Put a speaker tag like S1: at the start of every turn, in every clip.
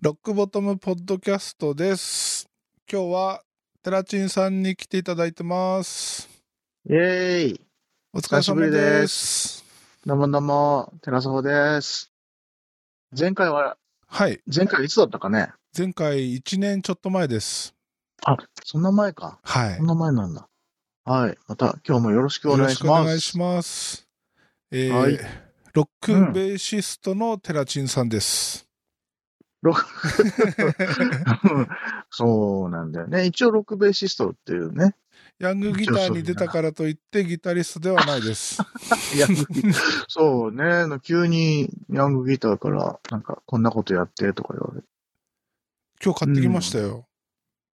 S1: ロックボトムポッドキャストです。今日はテラチンさんに来ていただいてます。
S2: イェーイ。
S1: お疲れ様です。
S2: どうもどうも、寺澤です。前回は、
S1: はい、
S2: 前回いつだったかね
S1: 前回1年ちょっと前です。
S2: あ、そんな前か。
S1: はい
S2: そん。な前なんだ。はい。また今日もよろしくお
S1: よろ
S2: 願い
S1: し
S2: し
S1: くお
S2: ます。
S1: 願いします。えー
S2: はい
S1: ロック
S2: うん
S1: ベーシストのテラチンさんです。
S2: ロック そうなんだよね。一応、ロックベーシストっていうね。
S1: ヤングギターに出たからといってギタリストではない です。
S2: ヤングギ そうね。急にヤングギターから、なんか、こんなことやってとか言われて。
S1: 今日買ってきましたよ。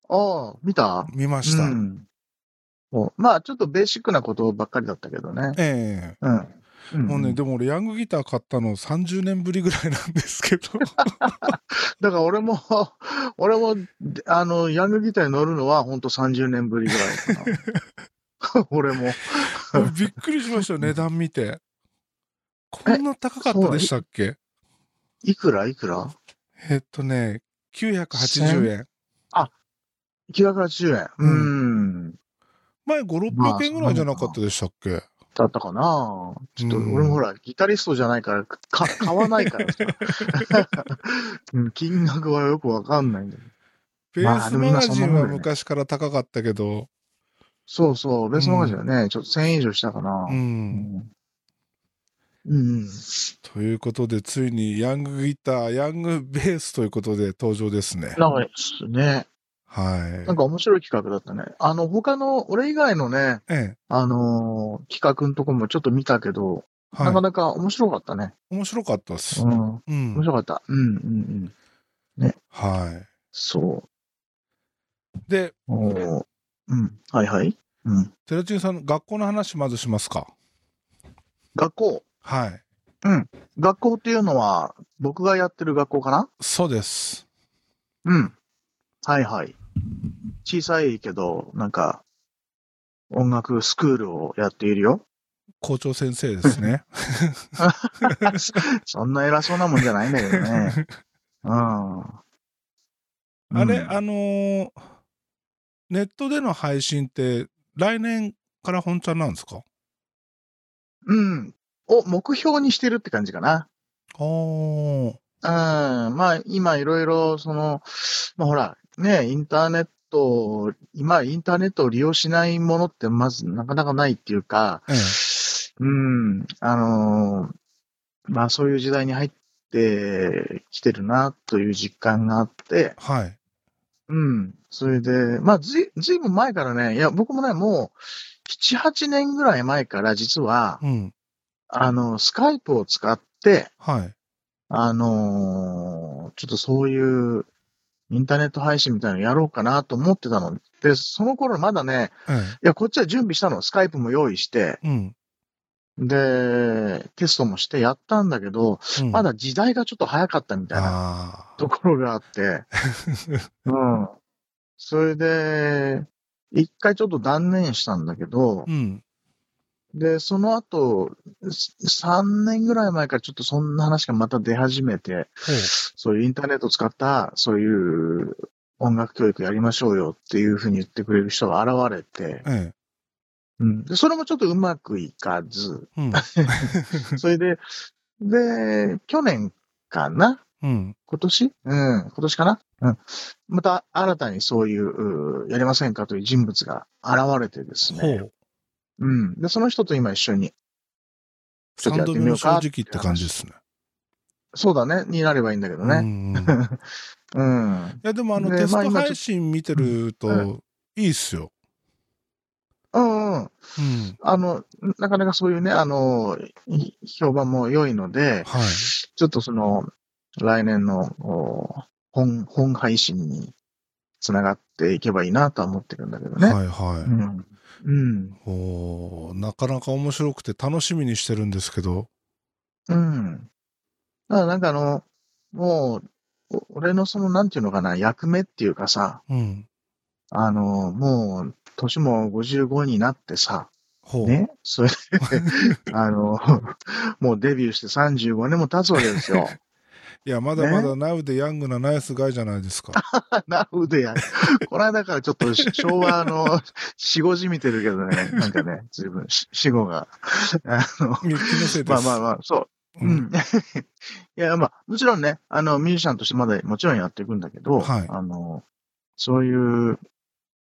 S2: ああ、見た
S1: 見ました。
S2: うんおまあ、ちょっとベーシックなことばっかりだったけどね。
S1: ええ
S2: うん。うん
S1: もうね、でも俺ヤングギター買ったの30年ぶりぐらいなんですけ ど。
S2: だから俺も、 俺も、であの、ヤングギターに乗るのは、ほんと30年ぶりぐらい かな。俺も。
S1: 俺びっくりしましたよ、値段見て。こんな高かったでしたっけ
S2: いくらいくら
S1: えっとね、980円。
S2: ?980 円。う。
S1: うん前5、600円ぐらいじゃなかったでしたっけ、
S2: だったかなちょっと、
S1: うん
S2: 俺もほら、ギタリストじゃないから、か買わないから さ。うん金額はよくわかんないんだけど。
S1: ベ
S2: まあ
S1: ースマガジンは
S2: まあでも今そんなもんだよね
S1: 昔から高かったけど、
S2: そうそう、ベースマガジンはね、ちょっと1000円以上したかな
S1: う。。
S2: うんん。うん。
S1: ということで、ついにヤングギター、ヤングベースということで登場ですね。
S2: なんかね、なん
S1: は
S2: か面白い企画だったね。あの、他の、俺以外のね、
S1: い。ええ。
S2: あのー企画のとこもちょっと見たけど、なか
S1: は
S2: なか面白かったね。
S1: い。面白かったっす
S2: う。ん。
S1: う
S2: 面
S1: ん。
S2: 白かった。うんうんうん。
S1: は
S2: そ
S1: い。で、
S2: う。おーうん。はいはい。うん。
S1: 寺中さん、学校の話まずしますか。
S2: 学校。
S1: はい。
S2: 学校っていうのは、僕がやってる学校かな
S1: そうです。
S2: うん。はいはい。小さいけど、なんか、音楽スクールをやってい るよ。
S1: 校長先生ですね。
S2: そんな偉そうなもんじゃないんだけ どね。うん。
S1: あれ、
S2: うん
S1: あのーネットでの配信って来年から本ちゃんなんですか
S2: うん。を目標にしてるって感じかな。
S1: あー
S2: うん、まあ今いろいろ、その、まあほら、ね、インターネットを、今インターネットを利用しないものってまずなかなかないっていうか、
S1: ええ
S2: うん、あのーまあそういう時代に入ってきてるなという実感があって、
S1: はい。
S2: うん、それで、まあずい、ずいぶん前からね、いや僕もね、もう7、8年ぐらい前から実は、
S1: うん。
S2: あの、スカイプを使って、
S1: はい。
S2: あのーちょっとそういうインターネット配信みたいなのやろうかなと思ってたの。で、その頃まだね、
S1: え
S2: いや、こっちは準備したの。スカイプも用意して、
S1: え。うん。
S2: で、テストもしてやったんだけど、
S1: うん、
S2: まだ時代がちょっと早かったみたいな
S1: あ
S2: ところがあって、
S1: ー
S2: うん。それで、一回ちょっと断念したんだけど、
S1: うん。
S2: で、その後、3年ぐらい前からちょっとそんな話がまた出始めて、
S1: ほう
S2: そういうインターネットを使った、そういう音楽教育やりましょうよっていうふうに言ってくれる人が現れて、
S1: え
S2: うん、でそれもちょっとうまくいかず、
S1: え。うん。
S2: それで、で、去年かな
S1: うん。
S2: 今年うん、今年かなうん。また新たにそういう、うやりませんかという人物が現れてです
S1: ほ
S2: ね。
S1: う。
S2: うん。で、その人と今一緒に、ちょっと
S1: 3
S2: やって
S1: 度
S2: み
S1: 目
S2: よ
S1: の
S2: う
S1: 正
S2: か
S1: 直って感じですね。
S2: そうだね、になればいいんだけど
S1: う
S2: ね。
S1: んうん。 い
S2: うん。
S1: や、でもあの、
S2: ね
S1: テス
S2: まあ
S1: ト
S2: 今ちょっと
S1: 配信見てると、いいっすよ。
S2: うんうん。
S1: うん。
S2: あの、なかなかそういうね、あの、い評判も良いので、
S1: はい。
S2: ちょっとその、来年のお本、本配信につながっていけばいいなとは思ってるんだけどね。
S1: はいは
S2: う
S1: い。
S2: ん。うん。
S1: おーなかなか面白くて楽しみにしてるんですけど。
S2: うん。だからなんかあの、もう、お俺のその、なんていうのかな、役目っていうかさ、
S1: うん。
S2: あの、もう、年も55になってさ、
S1: ほう。
S2: ね、それで、あの、もうデビューして35年も経つわけですよ。
S1: いや、まだまだナウでヤングなナイスガイじゃないですか。
S2: な腕や。この間からちょっとし昭和の死後じみてるけどね、なんかね、随分し死後が。あの、
S1: 気のせい です。
S2: まあまあまあ、そう。う
S1: うん
S2: ん。 いや、まあ、もちろんね、あの、ミュージシャンとしてまだもちろんやっていくんだけど、
S1: はい
S2: あの、そういう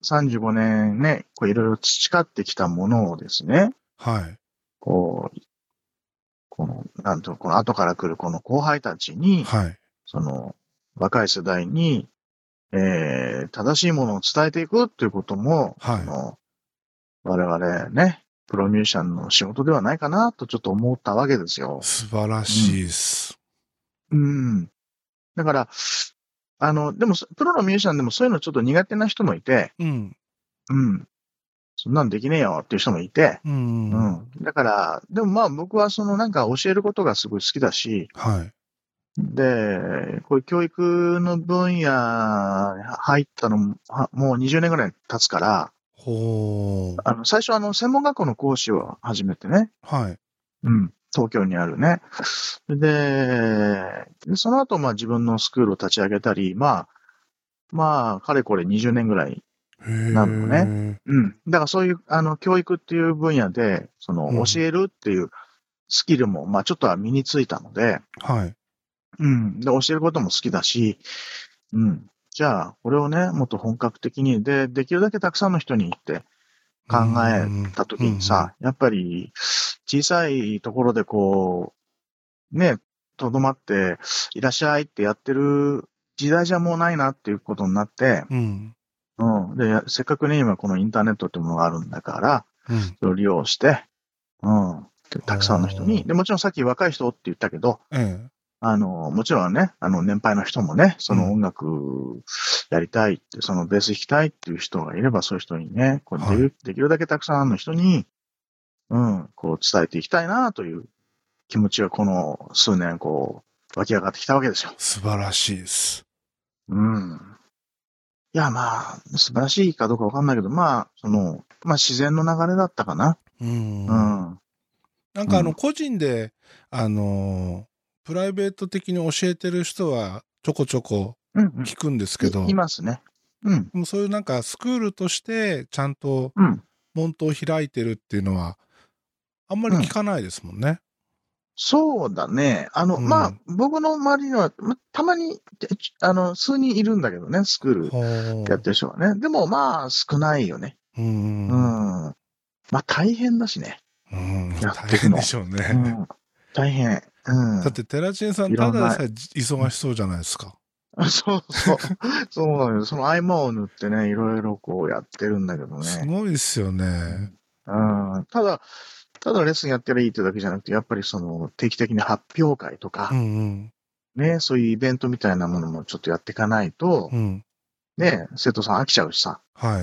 S2: 35年ね、こういろいろ培ってきたものをですね、
S1: はい。
S2: こう、この、なんと、この後から来るこの後輩たちに、
S1: はい。
S2: その、若い世代に、えー、正しいものを伝えていくっていうことも、
S1: はい
S2: あの我々ね、プロミュージシャンの仕事ではないかなとちょっと思ったわけですよ。
S1: 素晴らしいっす。
S2: うん。だから、あの、でも、プロのミュージシャンでもそういうのちょっと苦手な人もいて、
S1: うん。
S2: うん。そんなんできねえよっていう人もいて、
S1: うん。
S2: う。ん。だから、でもまあ僕はそのなんか教えることがすごい好きだし、
S1: はい。
S2: で、こういう教育の分野入ったのも、はもう20年ぐらい経つから、
S1: ほー。
S2: あの、最初あの、専門学校の講師を始めてね、
S1: はい。
S2: うん、東京にあるね。で、でその後、まあ自分のスクールを立ち上げたり、まあ、まあ、かれこれ20年ぐらい、
S1: へー
S2: なるほどね。うん。だからそういう、あの、教育っていう分野で、その
S1: うん、
S2: 教えるっていうスキルも、まあちょっとは身についたので、
S1: はい。
S2: うん。で、教えることも好きだし、うん。じゃあ、これをね、もっと本格的に、で、できるだけたくさんの人にって考えたときにさ、やっぱり、小さいところでこう、ね、とどまって、いらっしゃいってやってる時代じゃもうないなっていうことになって、
S1: うん。うん。
S2: うん。で、せっかくね、今このインターネットってものがあるんだから、
S1: うん。
S2: それを利用して、うん。でたくさんの人に、で、もちろんさっき若い人って言ったけど、
S1: え
S2: あの、もちろんね、あの、年配の人もね、そ
S1: うん
S2: の音楽やりたいって、そのベース弾きたいっていう人がいれば、そういう人にね、こうできる
S1: はい
S2: できるだけたくさんの人に、うん、こう伝えていきたいなという気持ちがこの数年、こう、湧き上がってきたわけですよ
S1: え。。素晴らしいっす。
S2: うん。いや、まあ、素晴らしいかどうかわかんないけど、まあ、その、まあ自然の流れだったかな。
S1: うん。
S2: うん。
S1: なんかあ
S2: う
S1: の
S2: ん
S1: 個人で、あのープライベート的に教えてる人はちょこちょこ
S2: うん、うん。
S1: 聞くんですけど、
S2: いいますね。うん。
S1: もうそういうなんかスクールとしてちゃんと
S2: うん。
S1: 門頭を開いてるっていうのはあんまり聞かないですもんね。
S2: そうだね。あの、
S1: うん
S2: まあ、僕の周りには、またまに、ちょちょあの、数人いるんだけどね、スクール
S1: ほー
S2: やってる人はね。でも、まあ、少ないよね。
S1: う
S2: うんん。
S1: うん
S2: まあ、大変だしね。やって
S1: 大
S2: るの
S1: 変でしょうね。
S2: うん。大変。うん。
S1: だって寺地さん
S2: いろ
S1: た
S2: んな
S1: だでさえ忙しそうじゃないですか。
S2: そうそう。そうなのよ。その合間を縫ってね、いろいろこうやってるんだけど
S1: す
S2: ね。
S1: ごいですよね。
S2: うん。ただ、ただレッスンやったらいいってだけじゃなくて、やっぱりその定期的に発表会と
S1: う
S2: か、
S1: んうん
S2: ね、そういうイベントみたいなものもちょっとやっていかないと
S1: う、ん。
S2: ね、生徒さん飽きちゃうしさ。
S1: はい。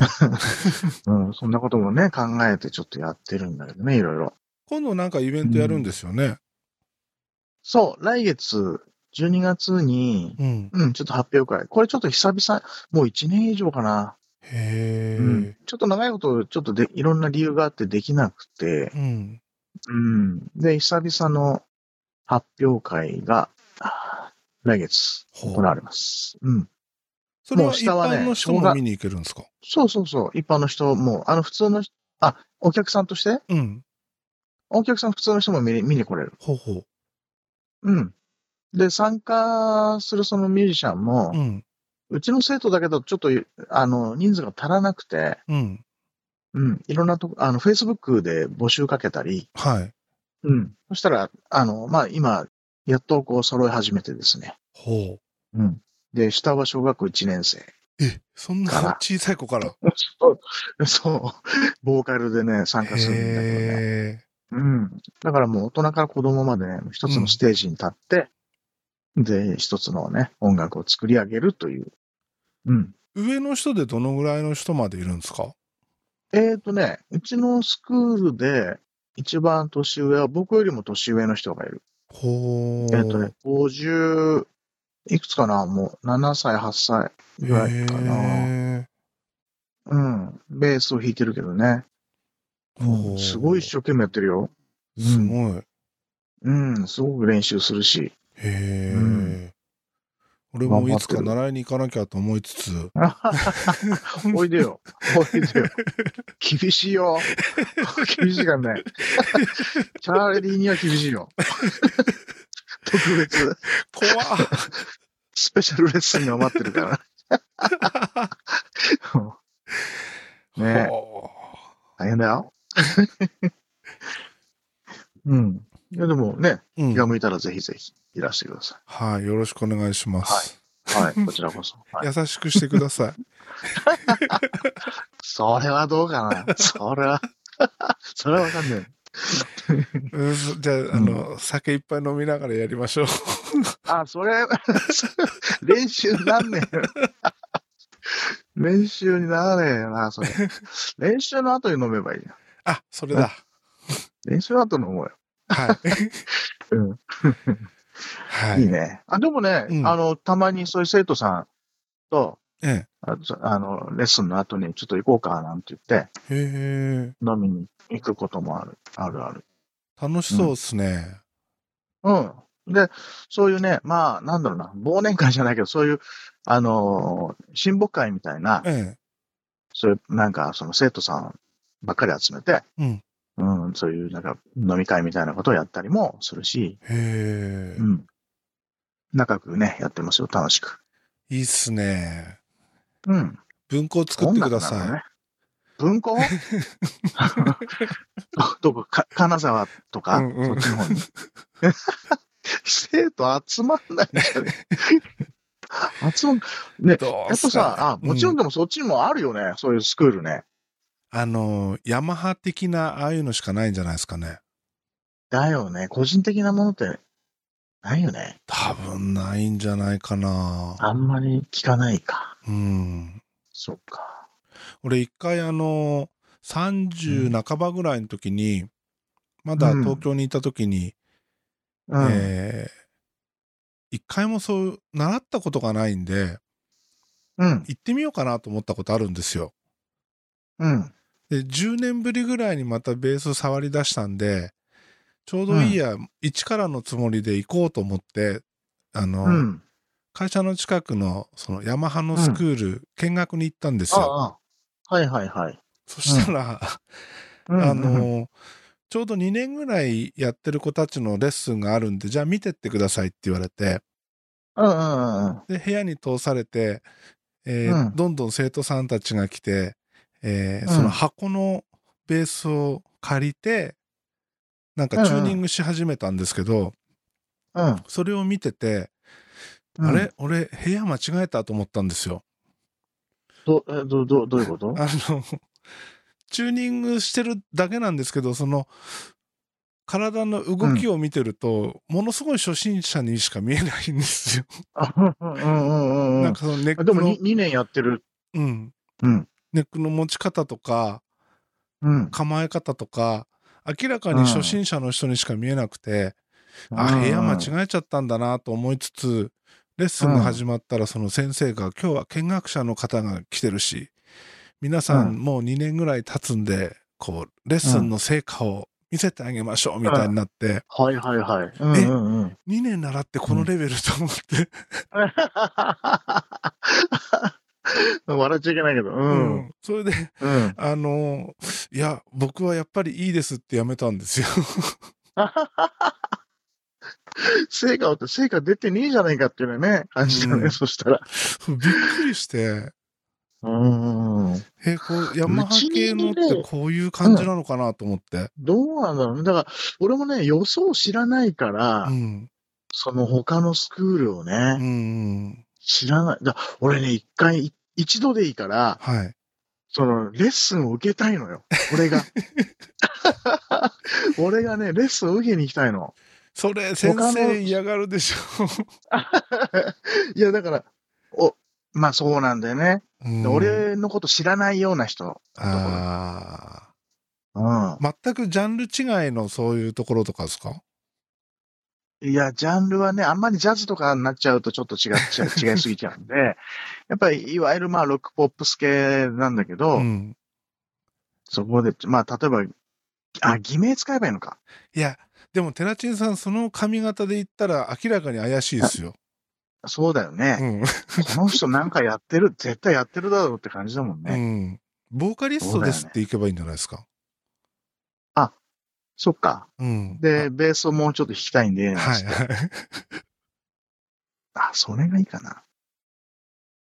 S2: うん、そんなこともね、考えてちょっとやってるんだけどね、いろいろ。
S1: 今度なんかイベントやるんですよね。
S2: そう、来月、12月に、
S1: うん。
S2: うん、ちょっと発表会。これちょっと久々、もう1年以上かな。
S1: へ
S2: うん。ちょっと長いこと、ちょっとで、いろんな理由があってできなくて
S1: え。、うん。
S2: うん。で、久々の発表会が、あー来月、
S1: ほう
S2: 行われます。うん。
S1: それ
S2: も
S1: は
S2: う
S1: 一
S2: 下はね
S1: 般の人
S2: 人が
S1: も見に行けるんですか
S2: そうそうそう。一般の人も、あの、普通の人、あ、お客さんとして
S1: うん。
S2: お客さん普通の人も見に見に来れる。
S1: ほうほ
S2: うん。で、参加するそのミュージシャンも
S1: う。う、ん。
S2: うちの生徒だけど、ちょっと、あの、人数が足らなくて、
S1: うん。
S2: うん、いろんなとこ、あの、Facebook で募集かけたり、
S1: はい。
S2: うん。そしたら、あの、まあ、今、やっとこう揃い始めてですね。
S1: ほ
S2: うん。で、下は小学校1年生。
S1: う。え、そんな
S2: から
S1: 小さい子から。
S2: そう、そうボーカルでね、参加するんだけどね。
S1: へえ。
S2: うん。だからもう大人から子供までね、一つのステージに立って、で、一つのね、音楽を作り上げるという。うん。
S1: 上の人でどのぐらいの人までいるんですか
S2: えーとね、うちのスクールで一番年上は、僕よりも年上の人がいる。
S1: ほう。
S2: えーとね、50、いくつかなもう7歳、8歳ぐらいかな。
S1: へ
S2: うん。ベースを弾いてるけどね。
S1: え。ほう
S2: すごい一生懸命やってるよ。
S1: すごい。へ
S2: うん、すごく練習するし。う
S1: え
S2: ん。
S1: 俺もいつか習いに行かなきゃと思いつつ、
S2: おいでよ。おいでよ。厳しいよ。厳しいからね。チャーリーには厳しいよ。特別、
S1: 怖っ
S2: スペシャルレッスンが待ってるから。 ねえ
S1: ほ
S2: 大変だよ。 うん。いや、でもね、
S1: ううん
S2: 気が向いたらぜひぜひいらしてくださ
S1: はい、よろしくお願いします。
S2: い。はい、こちらこそ。はい、
S1: 優しくしてください。
S2: それはどうかな。それは、 それはわかんない。
S1: うんじゃあ、あの、酒いっぱい飲みながらやりましょう。
S2: あ、それ、 練習になんねえよ。練習にならねえよな、それ。練習の後に飲めばいいや。
S1: あ、それだ。
S2: 練習の後飲もうよ。
S1: はい。
S2: うん、
S1: はい
S2: い
S1: い。
S2: ね。あ、でもね、
S1: うん
S2: あの、たまにそういう生徒さんと、
S1: ええ。
S2: あそあの、レッスンの後にちょっと行こうかなんて言って、
S1: へえ。
S2: 飲みに行くこともある。あるある。
S1: 楽しそうですね。
S2: うん。で、そういうね、まあ、なんだろうな、忘年会じゃないけど、そういう、あのー、親睦会みたいな、
S1: え
S2: そういう、なんか、その生徒さんばっかり集めて、
S1: え。うん。
S2: うん、そういう、なんか、飲み会みたいなことをやったりもするし、
S1: へえ
S2: う。ん。仲良くね、やってますよ、楽しく。
S1: いいっすね。
S2: うん。
S1: 文庫を作ってくだ
S2: 音楽なの
S1: さ
S2: ね。文庫どこか、金沢とか、
S1: うんうん
S2: そっちの方に。生徒集まんないんじゃね集まん、ね
S1: い。、ど
S2: や
S1: う
S2: っぱ
S1: すかね
S2: さ、あ、もちろんでもそっちにもあるよね、そういうスクールね。
S1: あの、ヤマハ的な、ああいうのしかないんじゃないですかね。
S2: だよね、個人的なものって、ないよね。
S1: 多分ないんじゃないかな。
S2: あんまり聞かないか。
S1: うん。
S2: そっか。
S1: 俺一回あの、30半ばぐらいの時に、まだ東京にいた時に、
S2: うん。
S1: えー一回もそう、習ったことがないんで、
S2: うん。
S1: 行ってみようかなと思ったことあるんですよ。
S2: うん。
S1: で、10年ぶりぐらいにまたベース触り出したんで、ちょうどいいや、一からのつもりで行こうと思って、あの、
S2: うん。
S1: 会社の近くのそのヤマハのスクール見学に行ったんです
S2: あ
S1: よ。
S2: あ。はいはいはい。
S1: そしたら、
S2: うん
S1: あ、のちょうど2年ぐらいやってる子たちのレッスンがあるんでじゃあ見てってくださいって言われて
S2: うんうんうん
S1: で部屋に通されて、えー
S2: うん
S1: どんどん生徒さんたちが来て、えー
S2: うん
S1: その箱のベースを借りてなんかチューニングし始めたんですけど、
S2: うん。
S1: それを見てて、
S2: うん。
S1: あれ俺部屋間違えたと思ったんですよ。
S2: ど、えど、ど、どういうこと
S1: あの、 チューニングしてるだけなんですけど、その、体の動きを見てると、ものすごい初心者にしか見えないんですよ。
S2: あ うんうんうんう
S1: なん
S2: ん
S1: かそのネッ
S2: あ。
S1: ク
S2: でもに
S1: の、
S2: 2年やってる。
S1: うん、
S2: うん。
S1: ネックの持ち方とか、
S2: うん。
S1: 構え方とか、明らかに初心者の人にしか見えなくて、あ、部屋間違えちゃったんだなと思いつつ、レッスンが始まったらその先生が、今日は見学者の方が来てるし、皆さ
S2: うん
S1: んもう2年ぐらい経つんで、こう、レッスンの成果を見せてあげましょうみたいになって、
S2: はいはいはい。うんうんうん。
S1: 2年習ってこのレベルと思って、
S2: 笑っちゃいけないけど。う。
S1: うんんそれで、
S2: うん。
S1: あの、いや、僕はやっぱりいいですってやめたんですよ。
S2: 成果をって、成果出てねえじゃないかっていうね、感じだ
S1: う
S2: ね、
S1: ん
S2: そしたら。
S1: びっくりして、
S2: うん。
S1: え、こう、ヤマハ系のってこういう感じなのかなと思って。
S2: どうなんだろうね。だから、俺もね、予想知らないから、
S1: うん。
S2: その他のスクールを
S1: うん、
S2: ね、
S1: うん。
S2: 知らない。だ俺ね、一回、一度でいいから、
S1: はい。
S2: その、レッスンを受けたいのよ。俺 が。俺がね、レッスンを受けに行きたいの。
S1: それ、先生嫌がるでしょ。
S2: いや、だから、お、まあそうなんだよね。
S1: うん
S2: で、俺のこと知らないような人。
S1: あ
S2: うん。
S1: あ。全くジャンル違いのそういうところとかですか
S2: いや、ジャンルはね、あんまりジャズとかになっちゃうとちょっと違っちゃう、 違いすぎちゃうんで、やっぱり、いわゆるまあ、ロックポップス系なんだけど、
S1: うん。
S2: そこで、まあ、例えば、あ、偽名使えばいいのか。
S1: いや、でも、テラチンさん、その髪型で言ったら明らかに怪しいですよ。
S2: そうだよね。
S1: うん
S2: この人なんかやってる、絶対やってるだろうって感じだもんね。
S1: うん。ボーカリストですっていけばいいんじゃないですか。
S2: そっか。
S1: うん。
S2: で、ベースをもうちょっと弾きたいんで、
S1: あ、はいはい。
S2: あ、それがいいかな。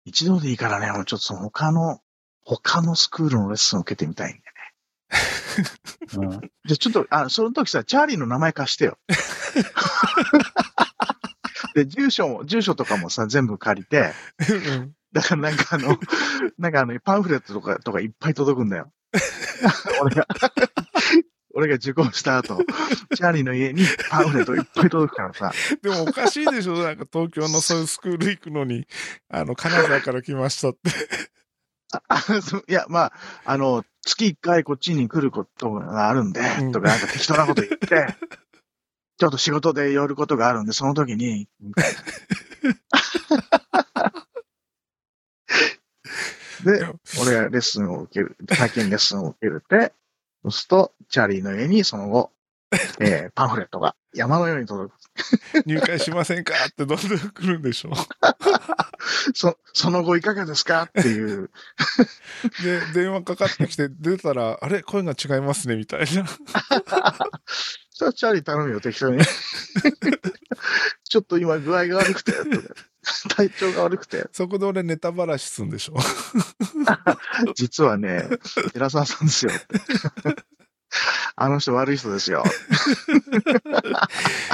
S2: 一度でいいからね、俺ちょっとその他の、他のスクールのレッスンを受けてみたいんだよね。うん、 じゃあちょっと、あ、その時さ、チャーリーの名前貸してよ。で、住所も、住所とかもさ、全部借りて、
S1: うん
S2: だからなんかあの、なんかあの、パンフレットとか、とかいっぱい届くんだよ。俺が、俺が受講した後、チャーリーの家にパンフレットいっぱい届くからさ、
S1: でもおかしいでしょなんか東京のそういうスクール行くのに、あの、金沢から来ましたって。
S2: あ そういや、まあ、あの、月一回こっちに来ることがあるんで、
S1: うん
S2: とか、なんか適当なこと言 って、ちょっと仕事で寄ることがあるんで、その時に、みたいなで、俺がレッスンを受ける、体験レッスンを受けるって、そうすると、チャーリーの家にそ の後、えーパンフレットが山のように届く。
S1: 入会しませんかってどんどん来るんでしょ
S2: そその後いかがですかっていう、
S1: で、電話かかってきて出たら、あれ声が違いますねみたいな。
S2: それはチャーリー頼むよ、適当に。 ちょっと今具合が悪くて、 とか体調が悪くて。
S1: そこで俺ネタばらしすんでしょ
S2: 実はね、寺澤さんですよ。 あの人悪い人ですよ。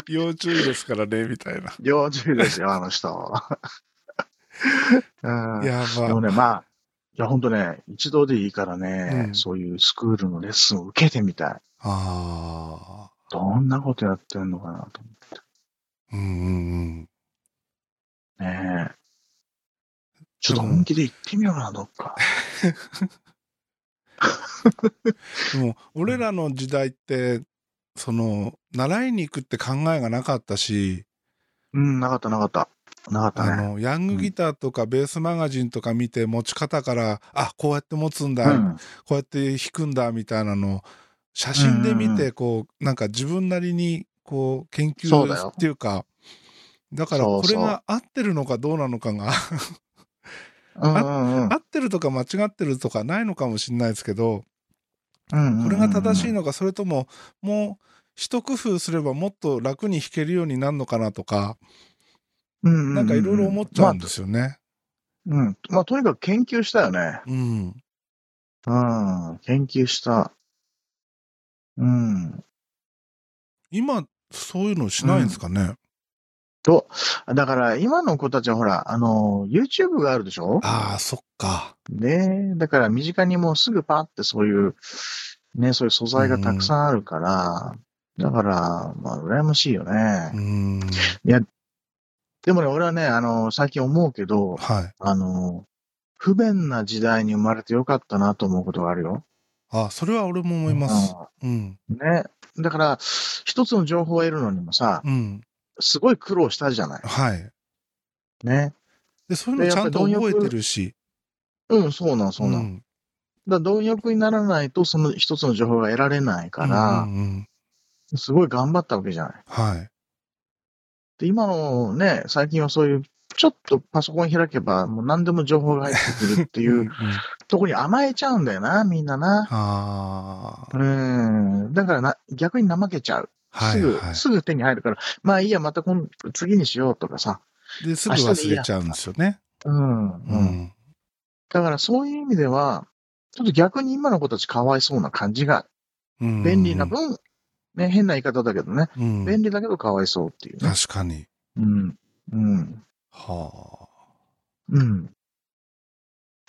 S1: 要注意ですからね、みたいな。
S2: 要注意ですよ、あの人。 うん
S1: いや、ま
S2: で
S1: あ
S2: も。ね、まあ、いや、ほんとね、一度でいいからね、
S1: うん
S2: そういうスクールのレッスンを受けてみたい。
S1: あ
S2: どんなことやってんのかなと思
S1: あ。うんうん
S2: ってね。ちょっと本気で行ってみようかな、どっか。
S1: うん。でも、俺らの時代って、その、習いに行くって考えがなかったし、
S2: うん、なかった、なかった。なかっ
S1: あ
S2: たね。
S1: の、ヤングギターとかベースマガジンとか見て持ち方から、あ、こうやって持つんだ、
S2: うん、
S1: こうやって弾くんだ、みたいなのを写真で見
S2: うんうんう
S1: て、こう、なんか自分なりに、こう、研
S2: そうだ
S1: 究
S2: よ
S1: っていうか、だから、
S2: そ
S1: こ
S2: うそ
S1: れ
S2: う
S1: が合ってるのかどうなのかが、
S2: うんうんうん
S1: 合ってるとか間違ってるとかないのかもしれないですけど、
S2: うんうん
S1: これが正しいのか、それとも、もう、一工夫すればもっと楽に弾けるようになるのかなとか、
S2: うん。
S1: なんかいろいろ思っちゃうんですすよね。
S2: まあうん。まあ、とにかく研究したよね。
S1: うん。
S2: うん。研究した。うん。
S1: 今、そういうのしないんですかね。
S2: と、だから今の子たちはほら、あの、YouTube があるでしょ
S1: ああ、そっか。
S2: ねだから身近にもうすぐパってそういう、ね、そういう素材がたくさんあるから、だから、まあ、羨ましいよ
S1: う
S2: ね。
S1: ん。
S2: でもね、俺はね、あの、最近思うけど、
S1: はい。
S2: あの、不便な時代に生まれてよかったなと思うことがあるよ。
S1: あそれは俺も思います。うん。
S2: うんね。だから、一つの情報を得るのにもさ、
S1: うん。
S2: すごい苦労したじゃない。
S1: はい。
S2: ね。
S1: で、そういうのちゃんと
S2: でやっぱ
S1: 覚
S2: り
S1: え
S2: 貪欲
S1: てるし。
S2: うん、そうなん、そうなん。だか
S1: ん
S2: ら、貪欲にならないと、その一つの情報が得られないから、
S1: うんうんうん
S2: すごい頑張ったわけじゃない。
S1: はい。
S2: で、今のね、最近はそういう、ちょっとパソコン開けば、もう何でも情報が入ってくるってい
S1: んん
S2: うとこに甘えちゃうんだよな、みんなな。
S1: ああ。
S2: うん。だからな、逆に怠けちゃう。
S1: は
S2: す
S1: い、
S2: ぐ、
S1: は
S2: すぐ手に入るから、まあいいや、また今度、次にしようとかさ。
S1: い。で、すぐ忘れちゃうんですよね。
S2: うん。
S1: う
S2: うん。
S1: ん。
S2: だからそういう意味では、ちょっと逆に今の子たちかわいそうな感じが、
S1: うん
S2: 便利な、分、ね、変な言い方だけどね、
S1: うん、
S2: 便利だけどかわいそうっていうね。
S1: 確かに。
S2: うん。うん。
S1: は
S2: うん。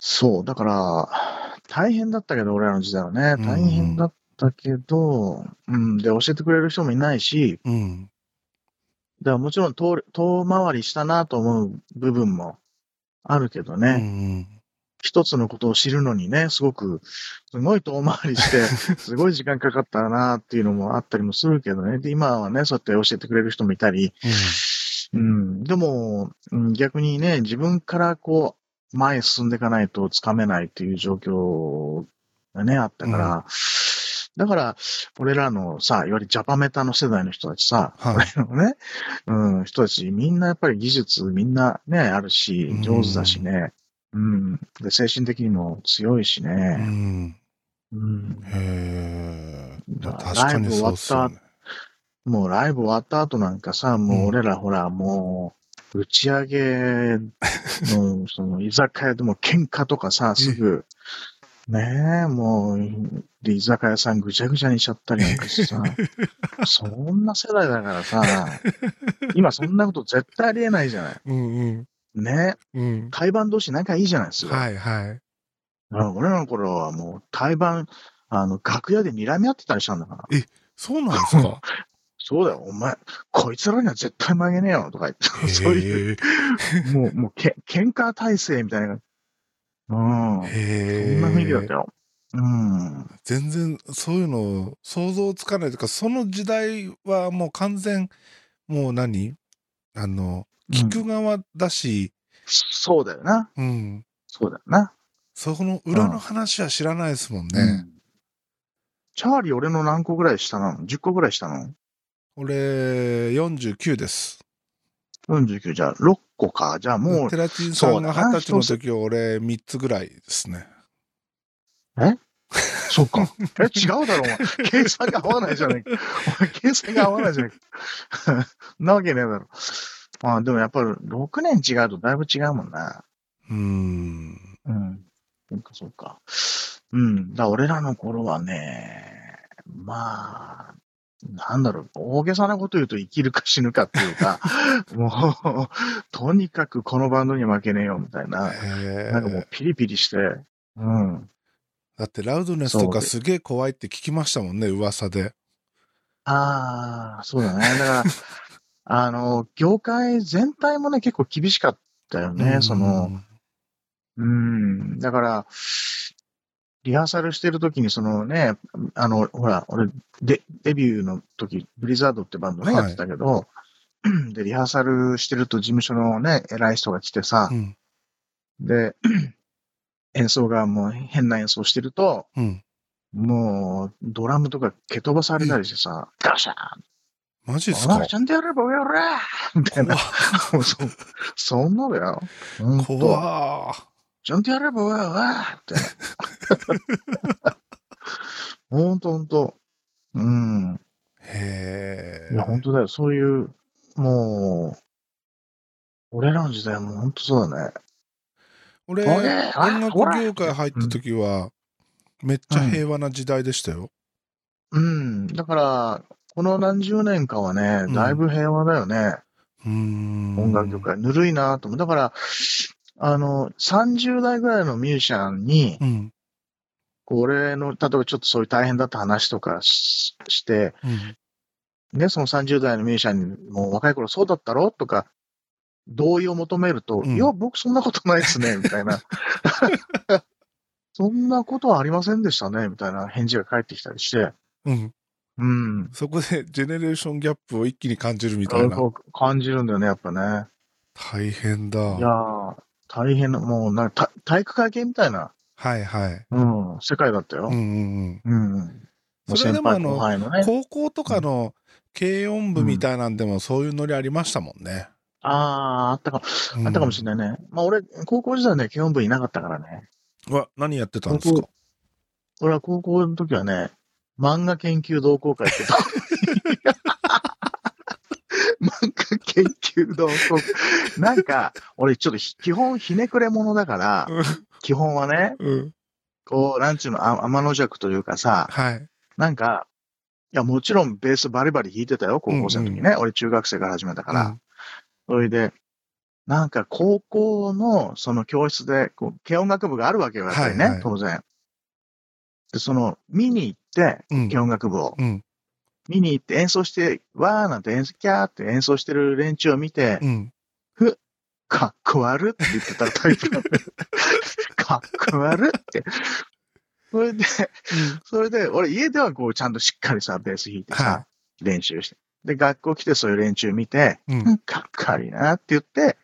S2: そう、だから、大変だったけど、俺らの時代はね、
S1: うん
S2: 大変だったけど、うん、で、教えてくれる人もいないし、
S1: あ。うん。
S2: だからもちろん遠遠回りしたなと思う部分もあるけどね、
S1: うん
S2: 一つのことを知るのにね、すごく、すごい遠回り して、すごい時間かかったなっていうのもあったりもするけどね、で、今はね、そうやって教えてくれる人もいたり、うん、でも、うん逆にね、自分からこう、前へ進んでいかないとつかめないっていう状況がね、あったから、だから、俺らのさ、いわゆるジャパメタの世代の人たちさ、
S1: はい
S2: 俺らの ね、うん、人たち、みんなやっぱり技術、みんなね、あるし
S1: うん、
S2: 上手だしね、うん、で、精神的にも強いし
S1: う
S2: ね、
S1: ん。
S2: うん、
S1: へえ。
S2: だ
S1: 確かにそうっすよね。
S2: もうライブ終わった後なんかさ、もう俺らほら、もう、打ち上げの、その、居酒屋でも喧嘩とかさ、すぐ、ねえ、もう、で居酒屋さんぐちゃぐちゃにしちゃったりなんかしてさ、そんな世代だからさ、今そんなこと絶対ありえないじゃない。
S1: うんうん。
S2: ねえ、
S1: うん。
S2: 対バン同士仲いいじゃないですか。
S1: はいはい。
S2: うん俺らの頃はもう、対バン、あの、楽屋で睨み合ってたりしたんだから。
S1: そうなんですか。
S2: そうだよ、お前、こいつらには絶対曲げねえよ、とか言って、 そういう。
S1: いう。
S2: もう、もうけ、喧嘩体制みたいな。うん。そ
S1: へえ。
S2: んな雰囲気だったよ。うん。
S1: 全然そういうの想像つかないというかその時代はもう完全もう何あの聞
S2: うん
S1: く側だし、
S2: そうだよな。
S1: うん
S2: そうだよな。
S1: そこの裏の話は知らないですもん
S2: う
S1: ね。
S2: んチャーリー、俺の何個ぐらい下なの ?10 個ぐらい下なの
S1: 俺49です。
S2: ?49 じゃあ6個か。じゃあもう、
S1: テラチンさんが
S2: そうだな
S1: 二十歳の時は俺3つぐらいですね。
S2: そっか。 え、違うだろ、お前。計算が合わないじゃないか。お前、計算が合わないじゃないか。なわけねえだろ。まあ、でもやっぱり6年違うとだいぶ違うもんな。
S1: うん。
S2: うん。そうか、そうか。うん。だ俺らの頃はね、まあ、なんだろう、大げさなこと言うと生きるか死ぬかっていう か、もう、とにかくこのバンドに負けねえよみたいな、
S1: へ
S2: なんかも
S1: え
S2: う。ピリピリして、うん。
S1: だってラウドネスと
S2: そう
S1: か
S2: です
S1: げえ怖いって聞きましたもんね噂で。
S2: ああ、そうだね。だから、 あの、業界全体もね、結構厳しかったよね、その、うん、だから、リハーサルしてるときに、そのね、あの、ほら、俺、デデビューの時、ブリザードってバンドね、
S1: はい
S2: やってたけど、 で、リハーサルしてると事務所のね、偉い人が来てさ
S1: う、ん
S2: で、 演奏がもう変な演奏してると、
S1: うん。
S2: もう、ドラムとか蹴飛ばされたりしてさ、ガシャーン
S1: マジです
S2: お前。
S1: から
S2: ちゃんとやれ ばやれみたいな。も うそ、そんなだよ。ほんと
S1: 怖っ
S2: ちゃんとやればわーわーって。 ほんとほんと。うん。
S1: へ
S2: いや、ほんとだよ。そういう、もう、俺らの時代もほんとそうだね。
S1: 俺、
S2: おい
S1: 音楽
S2: ほら
S1: 業界入った時は、めっちゃ平和な時代でしたよ。
S2: うん。だから、この何十年かはね、だいぶ平和だよね。
S1: うーん。
S2: 音楽業界。ぬるいなと思う。だから、あの、30代ぐらいのミュージシャンに、
S1: うん。
S2: こう俺の、例えばちょっとそういう大変だった話とかしして、
S1: うん。
S2: ね、その30代のミュージシャンに、もう若い頃そうだったろとか、同意を求めると、
S1: うん
S2: いや、僕そんなことないですね、みた いな。 そんなことはありませんでしたね、みたいな返事が返ってきたりして、
S1: うん。
S2: うん。
S1: そこで、 ジェネレーションギャップを一気に感じるみたいな。
S2: そう感じるんだよね、やっぱね。
S1: 大変だ。
S2: いやー、大変な、もうなんかた体育会系みたいな、
S1: はいはい。
S2: うん、世界だったよ
S1: うんう。ん
S2: うん。
S1: う
S2: も
S1: ん。
S2: う
S1: それ
S2: 先
S1: でもあ
S2: 輩後
S1: の、
S2: 輩のね。
S1: 高校とかの軽音部みたいなんでもそういうノリありましたもんね。
S2: ああ、あったかも、あったかもし
S1: な
S2: れないね。まあ俺、高校時代ね、基本部いなかったからね。
S1: い。わ、何やってたんですか
S2: 俺は高校の時はね、漫画研究同好会ってとこ漫画研究同好会。なんか、俺ちょっとひ基本ひねくれ者だから、基本はね、
S1: うん。
S2: こう、なんちゅうの、あ天の弱というかさ、
S1: はい。
S2: なんか、いや、もちろんベースバリバリ弾いてたよ、高校生の時ね。俺中学生から始めたから。それで、なんか高校のその教室で、こう、軽音楽部があるわけよ、やっぱりね、
S1: はいはい
S2: 当然。で、その、見に行って、
S1: うん。
S2: 軽音楽部を。
S1: うん。
S2: 見に行って演奏して、わーなんて演奏、キャーって演奏してる連中を見て、
S1: うん。
S2: かっこ悪って言ってたタイ プなんだよかっこ悪って。それで、それで、俺家ではこうちゃんとしっかりさ、ベース弾いてさ、
S1: は
S2: 練習して。で、学校来てそういう連中見て、
S1: い。 うん
S2: う。んかっこ悪いなって言って、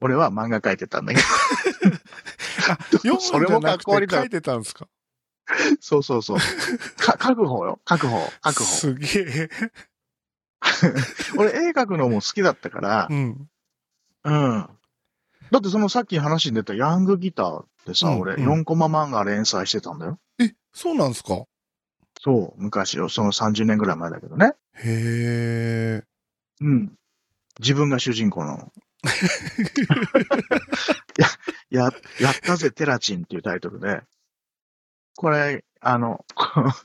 S2: 俺は 漫画描いてたんだけど、
S1: あ、読むんじゃなくて書いてたんですか
S2: そうそうそう。か、書く方よ。書く方。書く方。
S1: すげえ。
S2: 俺、絵描くのも好きだったから
S1: う、ん。
S2: うん。だってそのさっき話に出たヤングギターってさ、
S1: うん
S2: 俺、
S1: うん
S2: 4コマ漫画連載してたんだよ。
S1: え、そうなんですか
S2: そう、昔よ。その30年ぐらい前だけどね。
S1: へえ。
S2: うん。自分が主人公なの。や、や、やったぜ、テラチンっていうタイトルで。これ、あの、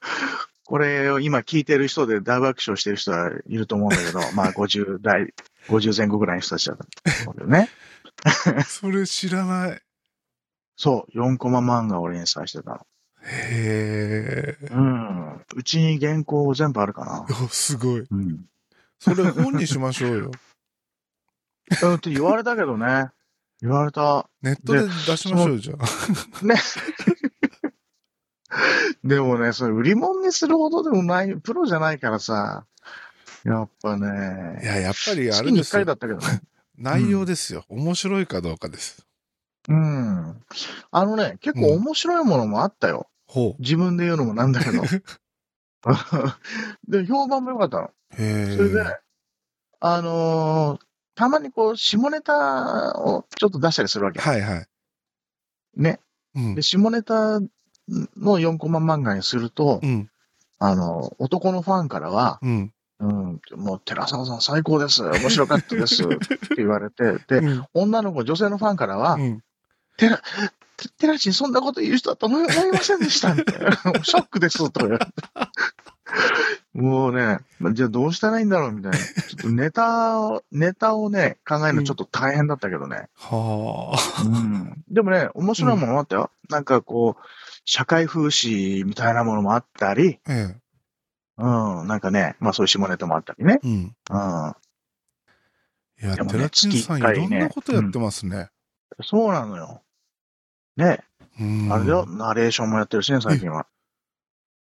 S2: これを今聞いてる人で大爆笑してる人はいると思うんだけど、まあ50代、50前後ぐらいの人たちだったんだよね。
S1: それ知らない。
S2: そう、4コマ漫画を連載してたの。
S1: へえ。
S2: うん。うちに原稿全部あるかな。
S1: おすごい。
S2: うん。
S1: それ本にしましょ うよ。
S2: うんって言われたけどね。言われた。
S1: ネットで出しましょうよじゃあ。
S2: でもね、それ売り物にするほどでもない、プロじゃないからさ。やっぱ
S1: い
S2: ね。
S1: や、やっぱりあ
S2: 月
S1: れ
S2: に
S1: で
S2: 1
S1: す
S2: 回
S1: よ
S2: だ。ったけどね。
S1: 内容ですよ。面白いかどうかです。
S2: うん。あのね、結構面白いものもあったよ。
S1: ほ
S2: 自分で言うのもなんだけど。 で、評判も良かったの。
S1: う。へえ。
S2: それで、あのーたまにこう、下ネタをちょっと出したりするわけ。
S1: はいはい。
S2: ね。
S1: うん
S2: で、。下ネタの4コマ漫画にすると、
S1: うん。
S2: あの、男のファンからは、
S1: うん。
S2: うん、もう寺澤さん最高です。面白かったです。って言われて、で、
S1: うん
S2: 女の子、女性のファンからは
S1: う、ん。
S2: て寺地にそんなこと言う人だと思い思いませんでした。みたいなショックです。とか言われて。もうね、まじゃあどうしたらいいんだろうみたいな。ちょっとネタを、ネタをね、考えるのちょっと大変だったけどね。
S1: はあ。
S2: うん、でもね、面白いものもあったよ。なんかこう、社会風刺みたいなものもあったり、
S1: え
S2: うん、なんかね、まあそういう下ネタもあったりね。
S1: え。うん。
S2: うん。
S1: いや、
S2: でも
S1: テ
S2: ね
S1: ラチンさん、い
S2: 月一回ね
S1: ろんなことやってますね。
S2: そうなのよ。ね、
S1: うん
S2: あれだよ、ナレーションもやってるしね、最近は。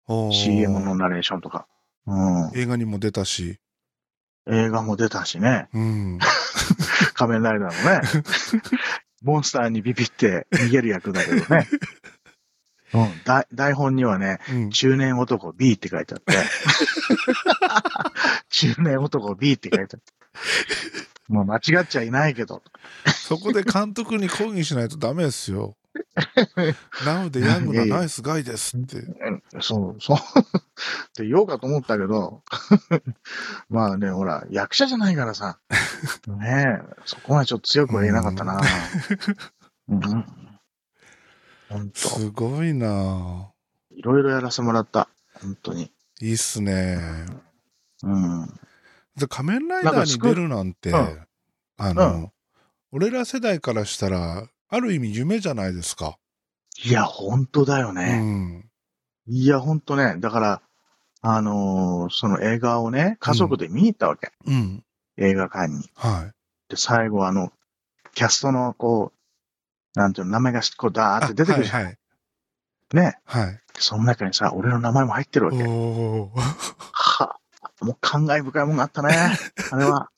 S1: ああ
S2: CM のナレーションとか。うん。
S1: 映画にも出たし。
S2: 映画も出た しね、
S1: うん。
S2: 仮面ライダーのね、 モンスターにビビって逃げる役だけどね。うん、だ台本にはね、
S1: うん
S2: 中年男 B って書いて あって。中年男 B って書いてあって。まあ間違っちゃいないけど。
S1: そこで監督に抗議しないとダメです よ。なのでヤング
S2: いや
S1: ない
S2: や
S1: ナイスガイですって。
S2: うんそう、 そう。って言おうかと思ったけど、 まあね、ほら、役者じゃないから さ、ねえ、そこはちょっと強くは言えなかったな。うん。本当、
S1: すごいない
S2: ろいろやらせてもらった。本当に。
S1: ぁいいっすね。
S2: うん。
S1: で仮面ライダーに出るなんて、
S2: なんか
S1: あの、俺ら世代からしたら、ある意味夢じゃないですか。
S2: いや、本当だよ
S1: う
S2: ね。
S1: ん。
S2: いや、本当ね。だから、あのーその映画をね、家族で見に行ったわけ。
S1: うん。
S2: 映画館に。
S1: はい。
S2: で、最後、あの、キャストの、こう、なんていうの、名前がこう、ダーって出てくるじゃん。
S1: はい
S2: ね。
S1: はい。はい。
S2: その中にさ、俺の名前も入ってるわけ。
S1: おー
S2: はあ、もう感慨深いもんがあった ね。あれは。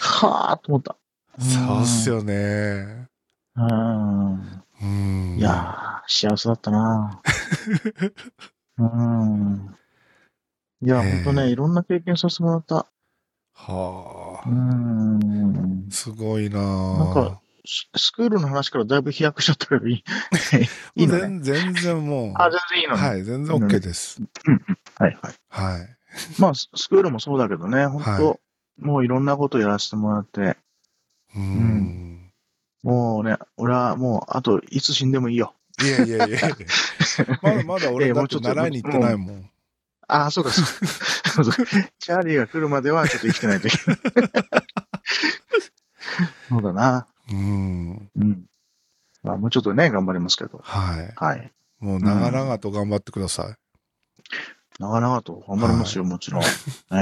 S2: はあ、と思った。
S1: そうっすよね。
S2: うん。
S1: うん。
S2: いやー、幸せだったなうん。いや、
S1: え
S2: ほ
S1: ー
S2: んとね、いろんな経験させてもらった。
S1: はあ。
S2: うん。
S1: すごいな
S2: なん
S1: ぁ
S2: かススクールの話からだいぶ飛躍しちゃったけ ど、いいいいのね。
S1: 全全然もう。
S2: あ、全然いいのね。
S1: はい、全然 OK です。
S2: はい、はい。
S1: はい。
S2: まあ、ススクールもそうだけどね、本当、
S1: は
S2: もういろんなことやらせてもらって、
S1: うん。
S2: もうね、俺はもう、あと、いつ死んでもいいよ。
S1: いやいやい やまだまだ
S2: い
S1: 俺
S2: やも
S1: だ
S2: う
S1: っ
S2: ちょ
S1: て
S2: っと
S1: 習いに行ってないもん。
S2: ああ、そうか、 そうか。チャーリーが来るまでは、ちょっと生きてないといけない。そうだな。
S1: うん。
S2: うん。まあ、もうちょっとね、頑張りますけど。
S1: はい。
S2: はい。
S1: もう長々と頑張ってくださ
S2: 長々と頑張りますよ、もちろん。ええ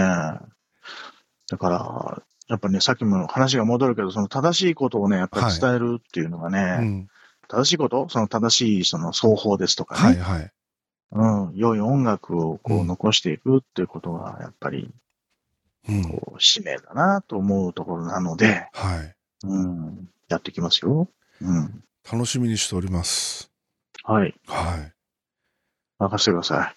S2: だから、やっぱね、さっきも話が戻るけど、その正しいことをね、やっぱり伝えるっていうのがね、
S1: い。うん。
S2: 正しいことその正しい、その奏法ですとかね。
S1: はいはい。
S2: うん、良い音楽をこ
S1: う
S2: うん残していくっていうことが、やっぱり
S1: うん。
S2: こう使命だなと思うところなので、
S1: はい。
S2: うん、やっていきますよ。うん。
S1: 楽しみにしております。
S2: はい。
S1: はい。
S2: 任せてください。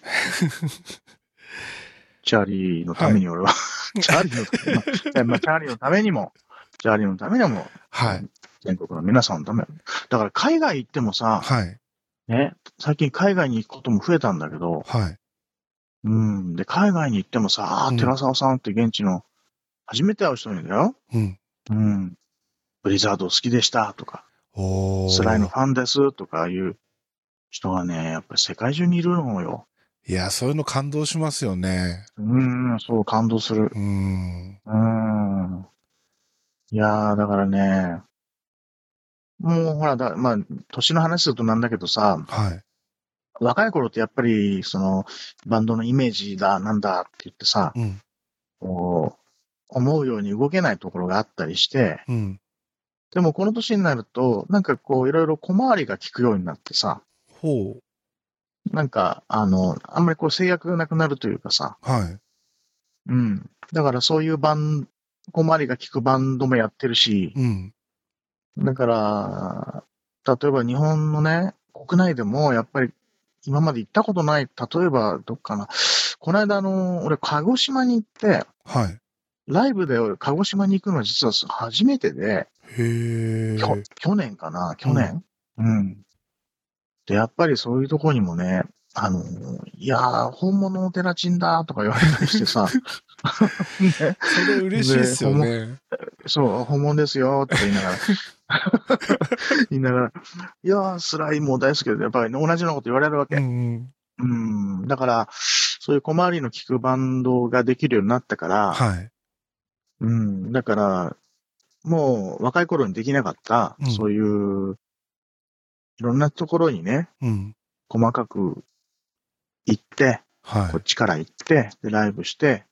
S2: チャーリーのために俺は、 チャーリーのために、まあまあチャーリーのためにも、チャーリーのためにも、
S1: はい。
S2: 全国の皆さんのため。だから海外行ってもさ、
S1: はい。
S2: ね、最近海外に行くことも増えたんだけど、
S1: はい。
S2: うん、で、海外に行ってもさ、あ
S1: うん
S2: ー寺沢さんって現地の、初めて会う人にだよ。
S1: うん。
S2: うん。ブリザード好きでしたとか、
S1: おー
S2: スライのファンですとかいう人がね、やっぱり世界中にいるのよ。
S1: いや、そういうの感動しますよね。
S2: うん、そう、感動する。
S1: うん。
S2: うん。いやー、だからね、もうほらだ、まあ、年の話するとなんだけどさ、
S1: はい。
S2: 若い頃ってやっぱり、その、バンドのイメージだ、なんだって言ってさ、
S1: うん。
S2: こう思うように動けないところがあったりして、
S1: うん。
S2: でもこの年になると、なんかこう、いろいろ小回りが効くようになってさ、
S1: ほう。
S2: なんか、あの、あんまりこう制約がなくなるというかさ、
S1: はい。
S2: うん。だからそういうバン、小回りが効くバンドもやってるし、
S1: うん。
S2: だから、例えば日本のね、国内でもやっぱり今まで行ったことない、例えばどっかな、この間あの、俺鹿児島に行って、
S1: はい。
S2: ライブで鹿児島に行くのは実は初めてで、
S1: へえ。
S2: きょ去年かな、去年、うん、で、やっぱりそういうとこにもね、あの、いやー、本物のテラチンだとか言われたりしてさ、ね
S1: それ嬉しいですよね。
S2: そう、本物ですよって言い ながら、言いながら、いやー、スライムも大好きで、やっぱりね、同じようなこと言われるわけ。
S1: う
S2: うん
S1: んうん。
S2: ん、だから、そういう小回りの効くバンドができるようになったから、
S1: はい。
S2: うん、だから、もう若い頃にできなかった、
S1: うん
S2: そういう、いろんなところにね、
S1: うん。
S2: 細かく行って、
S1: は
S2: こっちから行って、で、ライブして、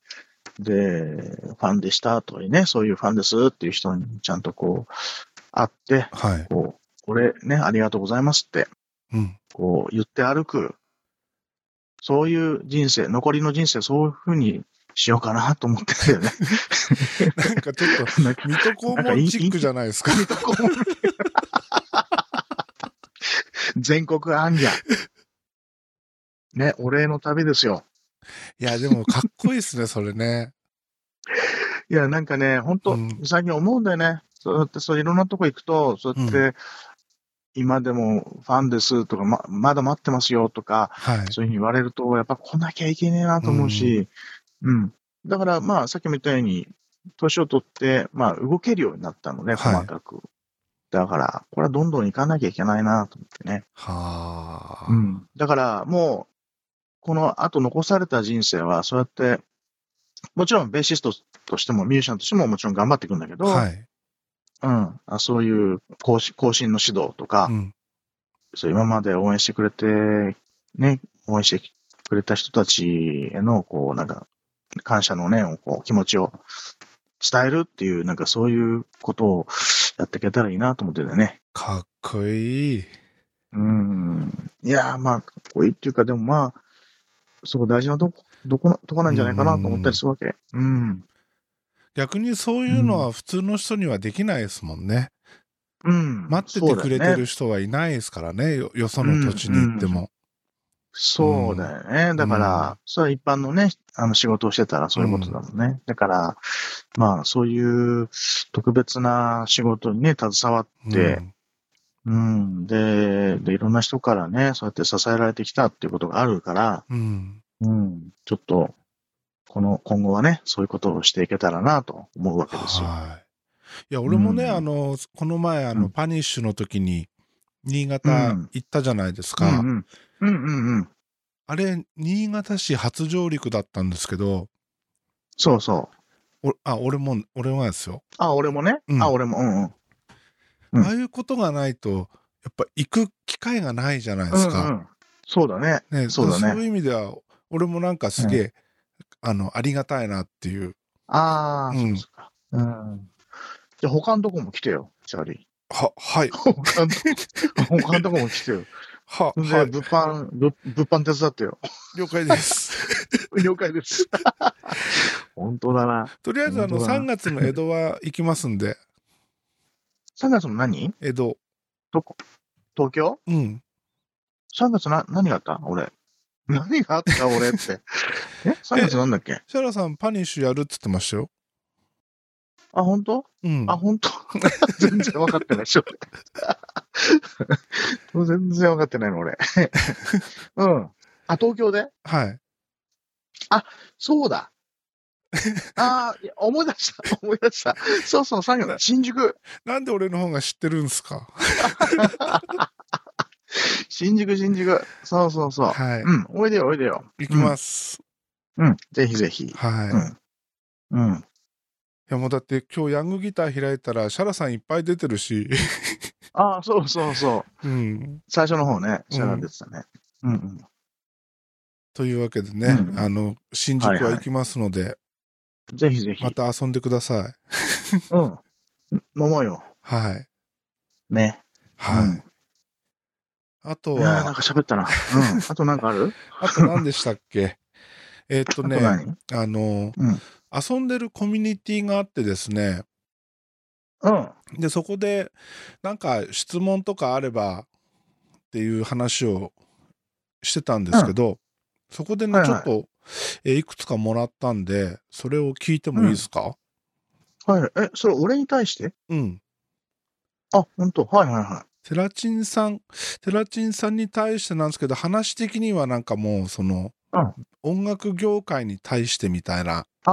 S2: で、ファンでしたとかね、そういうファンですっていう人にちゃんとこう、会って、
S1: い。はい。
S2: こう、これね、ありがとうございますって、
S1: うん。
S2: こう、言って歩く、そういう人生、残りの人生、そういうふうにしようかなと思ってたよね。
S1: なんかちょっと、
S2: なんか
S1: ミトコンモンチックじゃないですか。
S2: 全国アンギャ。ね、お礼の旅ですよ。
S1: いや、でもかっこいいですね、それね。
S2: いや、なんかね、本当、
S1: うん
S2: 最近思うんだよね。そうやって、そういろんなとこ行くと、そうやって、
S1: う
S2: 今でもファンですとか、ままだ待ってますよとか、
S1: はい。
S2: そういうふうに言われると、やっぱ来なきゃいけねえなと思うし、うん。だから、まあ、さっきも言ったように、年を取って、まあ、動けるようになったので、
S1: はい
S2: 細かく。だから、これはどんどん行かなきゃいけないなと思ってね。
S1: はあ。
S2: うん、だからもう、この後残された人生は、そうやって、もちろんベーシストとしてもミュージシャンとしてももちろん頑張っていくんだけど、
S1: はい。
S2: うん、あそういう更新更新の指導とか、
S1: うん。
S2: そう今まで応援してくれて、ね、応援してくれた人たちへの、こう、なんか、感謝の念を、こう、気持ちを伝えるっていう、なんかそういうことをやっていけたらいいなと思っててね。
S1: かっこいい。
S2: うん。いやー、まあ、かっこいいっていうか、でもまあ、そこ大事なとこ、どこの、とこなんじゃないかなと思ったりするわけ。うん。
S1: 逆にそういうのは普通の人にはできないですもんね。
S2: うん。
S1: 待っててくれてる
S2: そうだよね。
S1: 人はいないですからね、よよその土地に行っても。
S2: そうだよね。だから、
S1: うん
S2: それは一般のね、あの仕事をしてたらそういうことだもんね。だから、まあ、そういう特別な仕事にね、携わっ
S1: うん
S2: て、うん、で、で、いろんな人からね、そうやって支えられてきたっていうことがあるから、
S1: うん。
S2: うん、ちょっと、この、今後はね、そういうことをしていけたらなと思うわけですよ。
S1: はい。いや、俺もね、
S2: うん
S1: あの、この前、あの、
S2: うん
S1: パニッシュの時に、新
S2: う
S1: 潟
S2: ん
S1: 行ったじゃないです
S2: う
S1: か。
S2: んうん。うんうんうん。
S1: あれ、新潟市初上陸だったんですけど、
S2: そうそう。
S1: おあ、俺も、俺はですよ。
S2: あ、俺もね。
S1: うん
S2: あ、俺も。うんうん。うん
S1: ああいうことがないと、やっぱ行く機会がないじゃないで
S2: う
S1: すか。
S2: んうん、そうだね。
S1: ね、
S2: そうだね
S1: そういう意味では、俺もなんかすげえ、あの、ありがたいなっていう。
S2: ああ、
S1: う
S2: そ
S1: ん
S2: うか。うん。じゃあ、他のとこも来てよ、チャ ーリ
S1: は、はい
S2: ー。。他のとこ、他のとこも来てよ。
S1: は、
S2: で、
S1: はい。
S2: 物販、物物販手伝っ てよ。
S1: 了解 です。
S2: 了 解です。本当だな。
S1: とりあえず、あの、
S2: 本当だ
S1: 3月の江戸は行きますんで、
S2: 3月の何
S1: 江戸。
S2: 東京
S1: うん。
S2: ?3 月な、何があった俺。何があった俺 って。え ?3 月なんだっけ
S1: シャラさん、パニッシュやるっつってましたよ。
S2: あ、本当
S1: うん。
S2: あ、本当 全然分かってない、しょ。 全然分かってないの、俺。 うん。あ、東京で
S1: はい。
S2: そう だ。ああ、思い出した、思い出した。そうそう、3月、新宿。
S1: なんで俺の方が知ってるんですか
S2: 新宿、新宿。そうそうそう。
S1: はい。
S2: うん、おいでよ、おいでよ。
S1: 行きます。
S2: うん、ぜひぜひ。
S1: はい。
S2: うん
S1: い
S2: うん。
S1: や、もうだって今日ヤングギター開いたら、シャラさんいっぱい出てるし。
S2: ああ、そうそうそう。
S1: うん。
S2: 最初の方ね、シャラ出てたね。うんうん。
S1: というわけでね、
S2: うん
S1: あの、新宿は行きますので、
S2: ぜひぜひ。
S1: また遊んでください。
S2: うん。飲もうよ。
S1: はい。
S2: ね。
S1: はい。
S2: うん
S1: あと
S2: いやーなん
S1: は、
S2: か喋ったな。うん。あとなんかある
S1: あと何でしたっけ えーっと
S2: あと
S1: ね、
S2: 何
S1: あの、
S2: うん
S1: 遊んでるコミュニティがあってですね、
S2: うん。
S1: で、そこで、なんか質問とかあればっていう話をしてたんですけど、そこでね、
S2: はい
S1: ちょ
S2: はい
S1: っと、えーいくつかもらったんで、それを聞いてもいいですか、
S2: はい。え、それ俺に対して
S1: うん、
S2: あ、本当はいはいは
S1: テラチンさん、テラチンさんに対してなんですけど、話的にはなんかもう、その、
S2: うん。
S1: 音楽業界に対してみたいない
S2: あ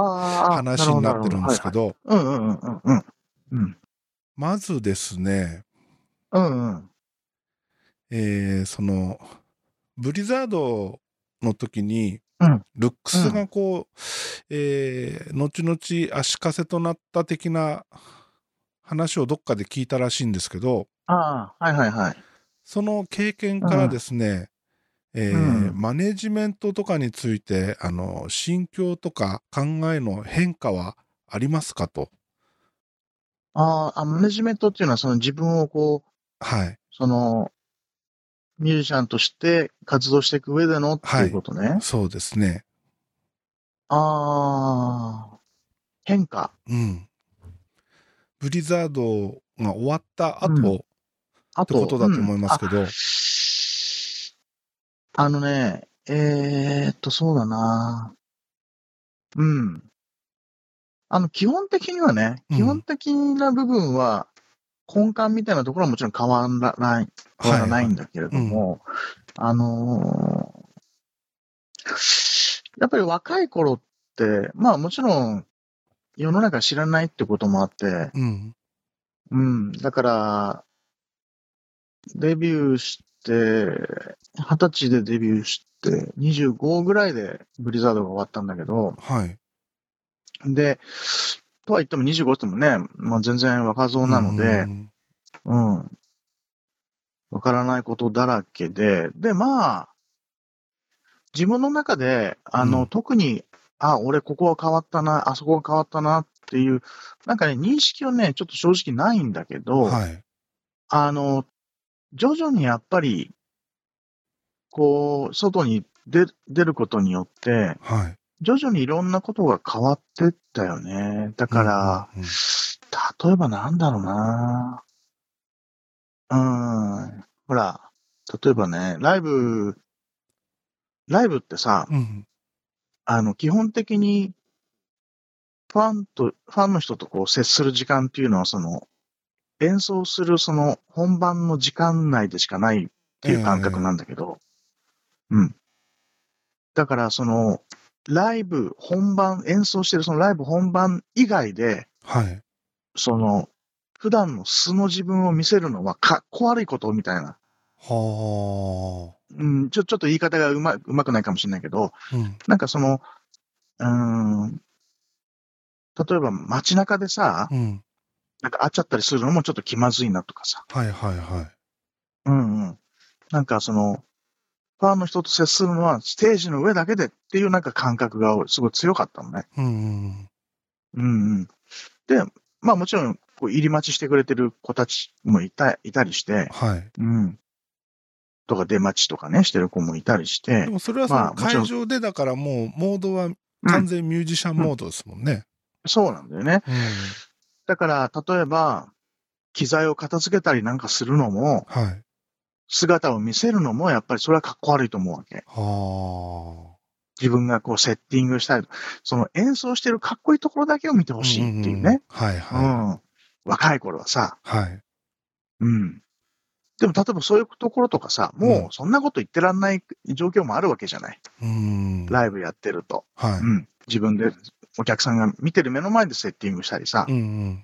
S2: あ、
S1: 話になってるんですけ
S2: ど。
S1: ど、
S2: はいはいうんうんうんうん。うん。
S1: まずですね、
S2: うんうん。
S1: えーその、ブリザードの時に
S2: うん、
S1: ルックスがこう、えー後々足かせとなった的な話をどっかで聞いたらしいんですけど、
S2: ああ、はいはいはい。
S1: その経験からですね、えー
S2: うん
S1: マネジメントとかについてあの心境とか考えの変化はありますかと。
S2: あーあ、マネジメントっていうのは、その自分をこう、
S1: はい、
S2: その、ミュージシャンとして活動していく上でのっていうことね。
S1: そうですね。
S2: ああ、変化。
S1: うん。ブリザードが終わった後、
S2: うん
S1: っ
S2: あ
S1: て
S2: と、
S1: ことだと思いますけど、
S2: ああのね、えーっと、そうだな。うん。あの、基本的にはね、
S1: うん
S2: 基本的な部分は、根幹みたいなところはもちろん変わらない、変わらないんだけれども、あのーやっぱり若い頃って、まあもちろん、世の中知らないってこともあって、
S1: うん。
S2: うん、だから、デビューして、二十歳でデビューして、25ぐらいでブリザードが終わったんだけど、
S1: はい。
S2: で、とは言っても25ってもね、まあ、全然若造なの
S1: う
S2: で、
S1: ん
S2: うん、わからないことだらけで、で、まあ、自分の中で、あの、
S1: うん
S2: 特に、あ、俺ここは変わったな、あそこは変わったなっていう、なんかね、認識はね、ちょっと正直ないんだけど、
S1: はい。
S2: あの、徐々にやっぱり、こう、外に出出ることによって、
S1: はい。
S2: 徐々にいろんなことが変わってったよね。だから、
S1: うん、うん
S2: 例えばなんだろうな。うーん。ほら、例えばね、ライブ、ライブってさ、
S1: うん
S2: あの、基本的に、ファンと、ファンの人とこう接する時間っていうのは、その、演奏するその本番の時間内でしかないっていう感覚なんだけど、うん。だから、その、ライブ本番、演奏してるそのライブ本番以外で、
S1: はい。
S2: その、普段の素の自分を見せるのはかっこ悪いことみたいな。
S1: は
S2: うん、ちょ、ちょっと言い方がうま、うまくないかもしれないけど、
S1: あ。うん。
S2: なんかその、うーん、例えば街中でさ、
S1: うん。
S2: なんか会っちゃったりするのもちょっと気まずいなとかさ、
S1: はいはいはい。
S2: うんうん。なんかその、ファンの人と接するのはステージの上だけでっていうなんか感覚がすごい強かったのね。
S1: うんうん
S2: うんうん。で、まあもちろん、こう入り待ちしてくれてる子たちもいた、いたりして、
S1: はい。
S2: うん。とか出待ちとかね、してる子もいたりし
S1: で
S2: て、
S1: もそれはその
S2: まあもちろ
S1: 会
S2: ん
S1: 場でだからもうモードは完全ミュージシャンモードですもんね。
S2: そうなんだよね。
S1: うん
S2: だから、例えば、機材を片付けたりなんかするのも、
S1: はい。
S2: 姿を見せるのも、やっぱりそれはかっこ悪いと思うわけ。
S1: は
S2: 自分がこうセッティングしたり、その演奏してるかっこいいところだけを見てほ
S1: あ。
S2: しいってい
S1: うんう
S2: う
S1: ん
S2: ね。。
S1: はいうはい。
S2: ん。若い頃はさ、
S1: はい。
S2: うん。でも例えばそういうところとかさ、
S1: う
S2: も
S1: ん
S2: うそんなこと言ってらんない状況もあるわけじゃない。
S1: うん。
S2: ライブやってると。
S1: は
S2: う
S1: い。
S2: ん。自分でお客さんが見てる目の前でセッティングしたりさ
S1: う、ん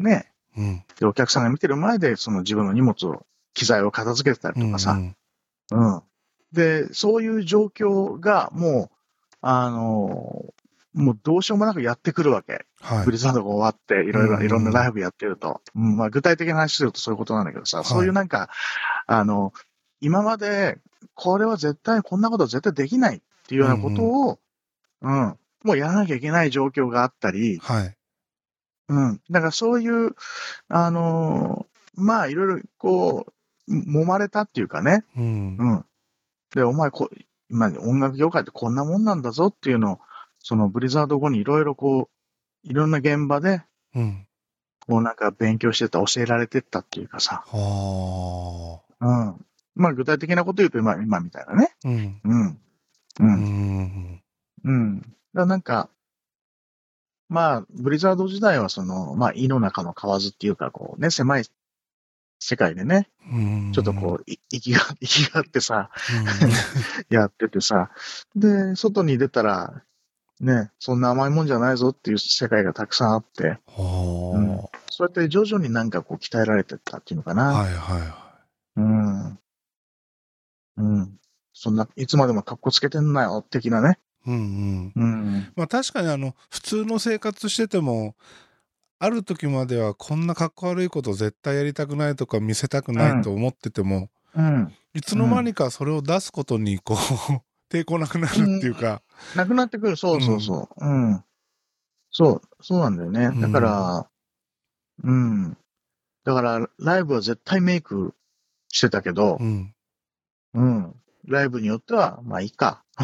S2: ね。
S1: うん。うん。
S2: で、お客さんが見てる前でその自分の荷物を、機材を片付けてたりとかさ、
S1: うん
S2: うん。で、そういう状況がもう、あのーもうどうしようもなくやってくるわけ。
S1: はい
S2: ブ。リザードが終わって、いろい
S1: うん
S2: ろ、いろんなライブやってると。うん、まあ、具体的な話するとそういうことなんだけどさ、
S1: はい
S2: そういうなんか、あの、今まで、これは絶対、こんなことは絶対できないっていうようなことを、うん、もうやらなきゃいけない状況があったり、
S1: はい。
S2: うん。だからそういう、あのーまあ、いろいろ、こう、揉まれたっていうかね、
S1: うん。
S2: うん。で、お前こ、今、音楽業界ってこんなもんなんだぞっていうのを、そのブリザード後にいろいろこう、いろんな現場で、
S1: うん。
S2: こうなんか勉強してた、教えられてったっていうかさ、
S1: はあ。
S2: うん。まあ具体的なこと言うと今、今みたいなね。
S1: うん。
S2: うん。う。
S1: うんん。
S2: うん。だからなんか、まあ、ブリザード時代はその、まあ、井の中の蛙っていうか、こうね、狭い世界でね、
S1: うん。
S2: ちょっとこう、い息が、 息があってさ、
S1: うん。
S2: やっててさ、で、外に出たら、ね、そんな甘いもんじゃないぞっていう世界がたくさんあって、
S1: は
S2: そうやって徐々になんかこう鍛えられてったっていうのかな。
S1: あ。はいはいは
S2: うん。うん。そんな、いつまでも格好つけてんなよ、的なね。
S1: い。うんうん。
S2: うん。
S1: まあ確かにあの、普通の生活してても、ある時まではこんなかっこ悪いこと絶対やりたくないとか見せたくないと思ってても、
S2: うん。
S1: いつの間にかそれを出すことにこう抵抗なくなるっていうか、
S2: なくなってくる、そうそうそう。うん。そう、そうなんだよね。だから、うん。だから、ライブは絶対メイクしてたけど
S1: う、ん、
S2: うん。ライブによっては、まあいいか。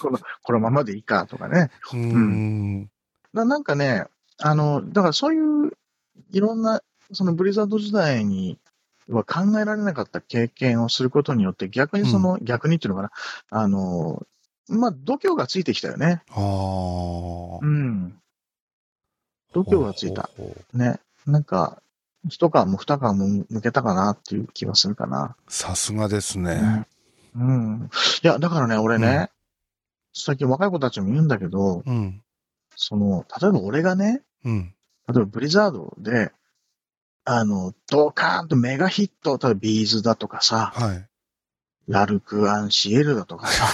S2: この、このままでいいかとかね。
S1: う、
S2: うんななんかね、あの、だからそういう、いろんな、そのブリザード時代には考えられなかった経験をすることによって、逆にその、逆にっていうのかな、あの、まあ、度胸がついてきたよね。
S1: あー
S2: うん。度胸がついた。
S1: ほうほうほう
S2: ね。なんか、一皮も二皮も抜けたかなっていう気がするかな。
S1: さすがですね、
S2: うん。いや、だからね、俺ね、
S1: うん
S2: 最近若い子たちも言うんだけど、
S1: うん
S2: その、例えば俺がね、
S1: うん
S2: 例えばブリザードで、あの、ドカーンとメガヒット、例えばビーズだとかさ、
S1: はい
S2: ラルク・アンシエルだとか さ、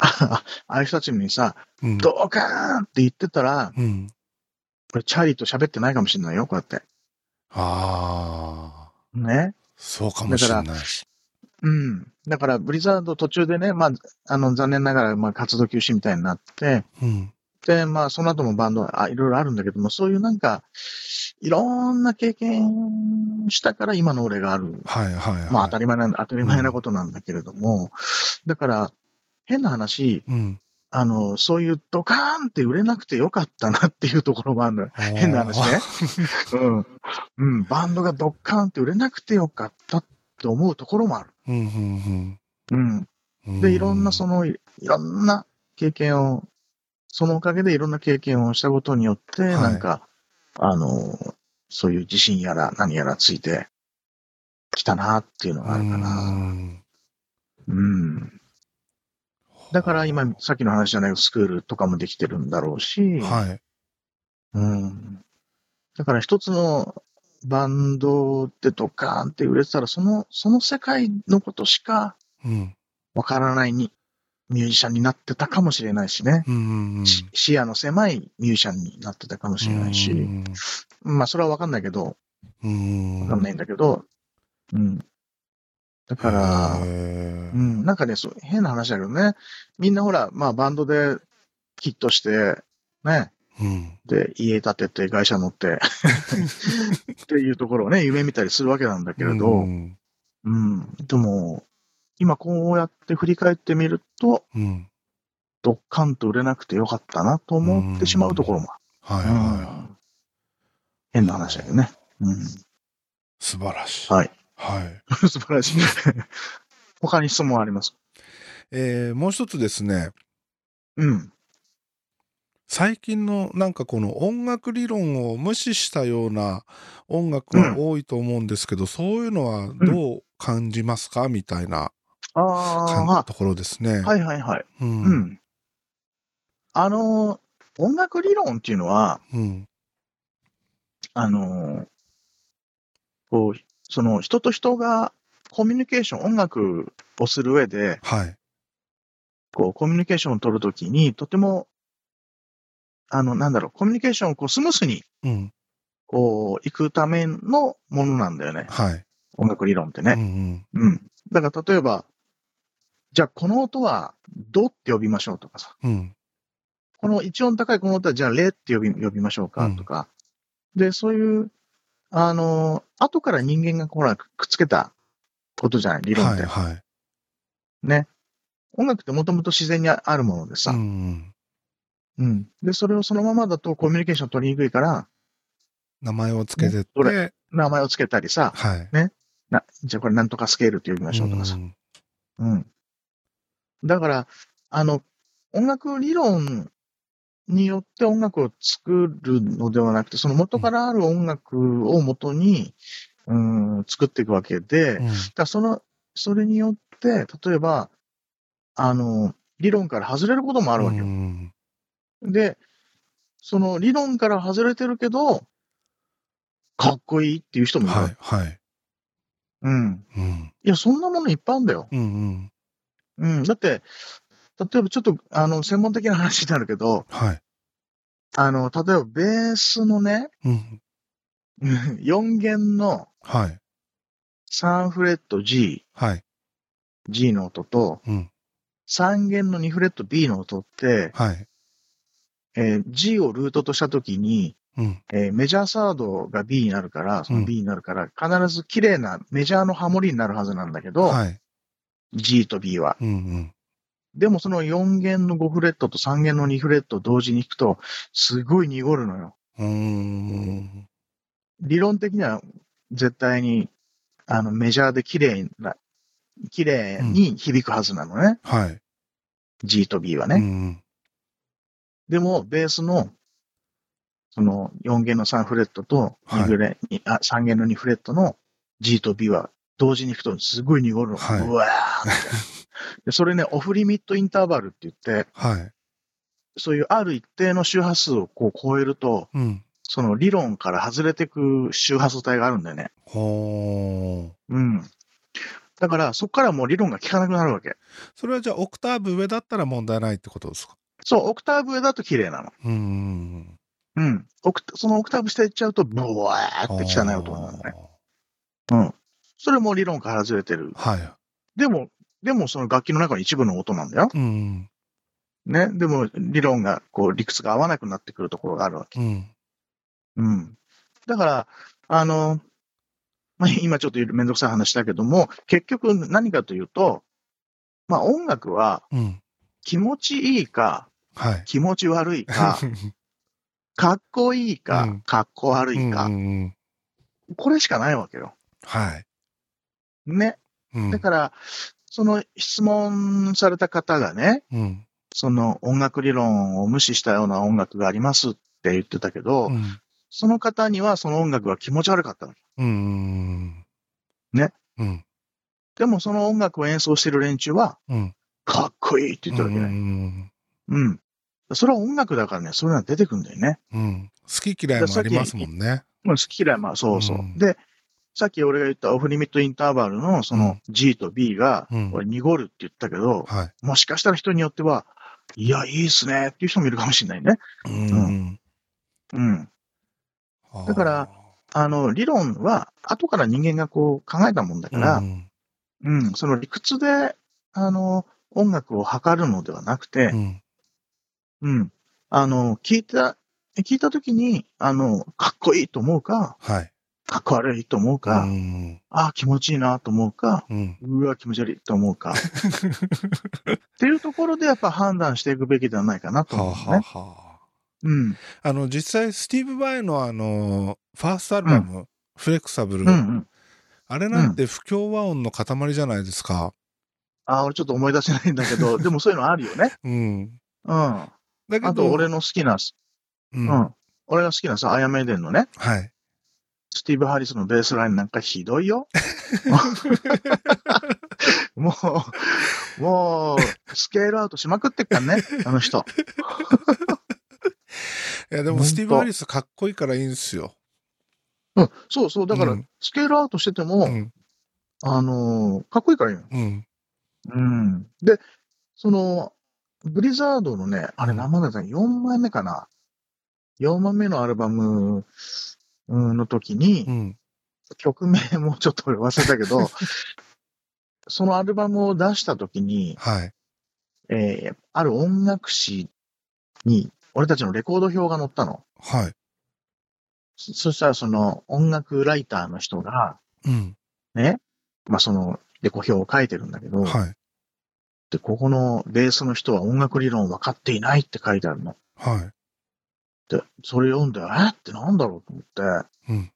S2: ああいう人たちにさ、
S1: うん
S2: ドカーンって言ってたら、
S1: うん
S2: これチャーリーと喋ってないかもしれないよ、こうやって。
S1: ああ
S2: ね。
S1: そうかもしれない
S2: うん。だから、ブリザード途中でね、まあ、あの、残念ながら、まあ、活動休止みたいになって、
S1: うん
S2: で、まあ、その後もバンドは、あ、いろいろあるんだけども、そういうなんか、いろんな経験したから今の俺がある
S1: はいはいはい
S2: まあ当たり前なん当たり前なことなんだけれども、だから、変な話、
S1: うん
S2: あの、そういうドカーンって売れなくてよかったなっていうところもあるのよ。
S1: あー
S2: 変な話 ね。うん。うん、バンドがドカーンって売れなくてよかったって思うところもある。
S1: うんうん
S2: うん。
S1: うん
S2: で、いろんなその、いいろんな経験を、そのおかげでいろんな経験をしたことによって、
S1: はい
S2: なんか、あの、そういう自信やら何やらついてきたなっていうのがあるか
S1: う
S2: な。
S1: ん
S2: うんだから今、さっきの話じゃないけどスクールとかもできてるんだろうし、
S1: はい
S2: うん、だから一つのバンドでドカーンって売れてたら、その、その世界のことしか
S1: うん
S2: わからないにミュージシャンになってたかもしれないしね。
S1: うんうんうん
S2: し視野の狭いミュージシャンになってたかもしれないし、
S1: うん
S2: まあそれはわかんないけど、
S1: うん
S2: わかんないんだけど、うん。だから、
S1: へー
S2: うん、なんかね、そう、変な話だけどね、みんなほら、まあバンドでヒットして、ね、
S1: うん
S2: で、家建てて、会社乗 って、っていうところをね、夢見たりするわけなんだけれど、
S1: う
S2: うん、
S1: ん
S2: でも、今こうやって振り返ってみると、
S1: うん
S2: ドッカンと売れなくてよかったなと思ってしまうところもあ
S1: はい
S2: る。
S1: はい
S2: うん変な話だよね。うん。
S1: 素晴らしい。
S2: はい。
S1: はい。
S2: 素晴らしい。 他に質問あります
S1: えーもう一つですね、
S2: うん。
S1: 最近のなんかこの音楽理論を無視したような音楽が多いと思うんですけど、そういうのはどう感じますか、みたいな感
S2: あ
S1: ところですね。
S2: あ、はいはいはい。
S1: う
S2: うんん。あのー、音楽理論っていうのは、
S1: うん
S2: あのー、こう、その人と人がコミュニケーション、音楽をする上で、
S1: はい。
S2: こう、コミュニケーションを取るときに、とても、あの、なんだろう、コミュニケーションをこうスムースに、
S1: うん。
S2: こう、行くためのものなんだよね。
S1: はい。
S2: 音楽理論って
S1: う
S2: ね。
S1: ん
S2: うん。だから、例えば、じゃあ、この音は、ドって呼びましょうとかさ。
S1: うん。うん。
S2: この一音高いこの音は、じゃあ、レって呼び、呼びましょうかとか。で、そういう、あの、後から人間がほら、くっつけたことじゃない、理論っ
S1: はい。
S2: て。
S1: はい。
S2: 音楽ってもともと自然にあるものでさ。
S1: うん。
S2: うん。で、それをそのままだとコミュニケーション取りにくいから、
S1: 名前をつけてって、
S2: どれ名前をつけたりさ、
S1: はい。
S2: なじゃあこれなんとかスケールって呼びましょうとかさ
S1: う。ん
S2: うん。だから、あの、音楽理論によって音楽を作るのではなくて、その元からある音楽を元に、うん、作っていくわけで、だ
S1: うん
S2: からその、それによって、例えば、あの、理論から外れることもあるわけよ。
S1: うん
S2: で、その理論から外れてるけど、かっこいいっていう人もいる。
S1: はい。はい。
S2: うん。
S1: うん。
S2: いや、そんなものいっぱいあるんだよ。
S1: うん。うん。
S2: うん。だって、例えばちょっと、あの、専門的な話になるけど、
S1: はい。
S2: あの、例えばベースのね、
S1: うん。
S2: 4弦の
S1: はい。
S2: 3フレット G、
S1: はい。
S2: G の音と、
S1: うん
S2: 3弦の2フレット B の音って、
S1: はい。
S2: えー G をルートとしたときに、
S1: うん。
S2: えーメジャーサードが B になるから、その B になるから、必ず綺麗なメジャーのハモリになるはずなんだけど、
S1: はい。
S2: G と B は。
S1: うん。うん。
S2: でもその4弦の5フレットと3弦の2フレットを同時に弾くと、すごい濁るのよ。
S1: うーん。
S2: 理論的には絶対にあのメジャーで綺麗な、綺麗に響くはずなのね。
S1: はい。
S2: G と B は
S1: う
S2: ね。
S1: ん。
S2: でも、ベースの、その4弦の3フレットと
S1: はい
S2: 2フレ、あ3弦の2フレットの G と B は同時に弾くとすごい濁るの。
S1: はいう
S2: わーってでそれね、オフリミットインターバルって言って、
S1: はい。
S2: そういうある一定の周波数をこう超えると、
S1: うん。
S2: その理論から外れてく周波数帯があるんだよね。
S1: ほー。
S2: うん。だから、そこからもう理論が効かなくなるわけ。
S1: それはじゃあオクターブ上だったら問題ないってことですか
S2: そう、オクターブ上だと綺麗なの。
S1: うーん。
S2: うん。オクタそのオクターブ下行っちゃうと、ブワーって汚い音になるのね。うん。それも理論から外れてる。
S1: は
S2: でも、でもその楽器の中の一部の音なんだよ。
S1: い。うん。
S2: ね。でも、理論が、こう、理屈が合わなくなってくるところがあるわけ。
S1: うん。
S2: うん。だから、あの、まあ、 今ちょっとめんどくさい話だけども、結局何かというと、まあ音楽は
S1: うん。
S2: 気持ちいいか
S1: はい。
S2: 気持ち悪いか、かっこいいか、
S1: うん
S2: かっこ悪いか、
S1: うんうんうん
S2: これしかないわけよ。
S1: はい。
S2: ね。
S1: うん
S2: だから、その質問された方がね、
S1: うん。
S2: その音楽理論を無視したような音楽がありますって言ってたけど、
S1: うん
S2: その方にはその音楽が気持ち悪かったわけ。
S1: うん。
S2: ね。
S1: うん。
S2: でもその音楽を演奏してる連中は、
S1: うん。
S2: かっこいいって言ってるわけね。
S1: うん
S2: うん。それは音楽だからね、そういうのは出てくるんだよね。
S1: うん。好き嫌いもありますもんね。
S2: まあ、好き嫌い、まあそうそう。
S1: うん
S2: で、さっき俺が言ったオフリミットインターバルのそうの
S1: ん
S2: G と B が、
S1: うん
S2: 俺濁るって言ったけど、
S1: は
S2: もしかしたら人によっては、いや、いいっすねっていう人もいるかもしれないね。
S1: い。うん。
S2: うん。だからあの、理論は、後から人間がこう考えたもんだ
S1: あー、
S2: から
S1: う、ん
S2: うん、その理屈で、あの、音楽を測るのではなくて
S1: う、ん。
S2: うん、あの、聞いた、聞いた時に、あの、かっこいいと思うか、
S1: はい。
S2: かっこ悪いと思う
S1: う
S2: か、
S1: ん。
S2: ああ、気持ちいいなと思うか、
S1: うん。
S2: うわ、気持ち悪いと思 うか、っていうところでやっぱ判断していくべきではないかなと
S1: はあ
S2: 思う
S1: はあ
S2: ね。
S1: はあ。
S2: うん、
S1: あの実際スティーブ・バイのあのファーストアルバム、フレクサブル、
S2: うん、うん。
S1: あれなんて不協和音の塊じゃないですか。
S2: あー俺ちょっと思い出せないんだ けど、でもそういうのあるよね。
S1: うん。
S2: うん。あ
S1: だけど、
S2: と、俺の好きな、
S1: うん、
S2: う
S1: は
S2: ん。俺が好きなさ、アヤメイデンのね、
S1: い。
S2: スティーブ・ハリスのベースラインなんかひどい よ。 もう、もう、スケールアウトしまくってっからね、あの人。
S1: いや、で
S2: ほん
S1: も
S2: と
S1: スティーブ・アリスかっこいいからいいんですよ。
S2: うん、そうそう、だから、
S1: うん
S2: スケールアウトしてても、
S1: うん。
S2: あのーかっこいいからいいの。
S1: うん。
S2: うん。で、その、ブリザードのね、あれ、生だった4枚目かな。4枚目のアルバムうんの時に、
S1: うん。
S2: 曲名もちょっと俺忘れた けど、そのアルバムを出した時に、
S1: はい。
S2: えーある音楽誌に、俺たちのレコード表が載ったの。
S1: はい。
S2: そそしたら、その音楽ライターの人が、
S1: うん。
S2: ね、まあ、その、レコ表を書いてるんだけど、
S1: はい。
S2: で、ここのベースの人は音楽理論分かっていないって書いてあるの。
S1: は
S2: で、それ読んで、えってなんだろうと思って。
S1: うん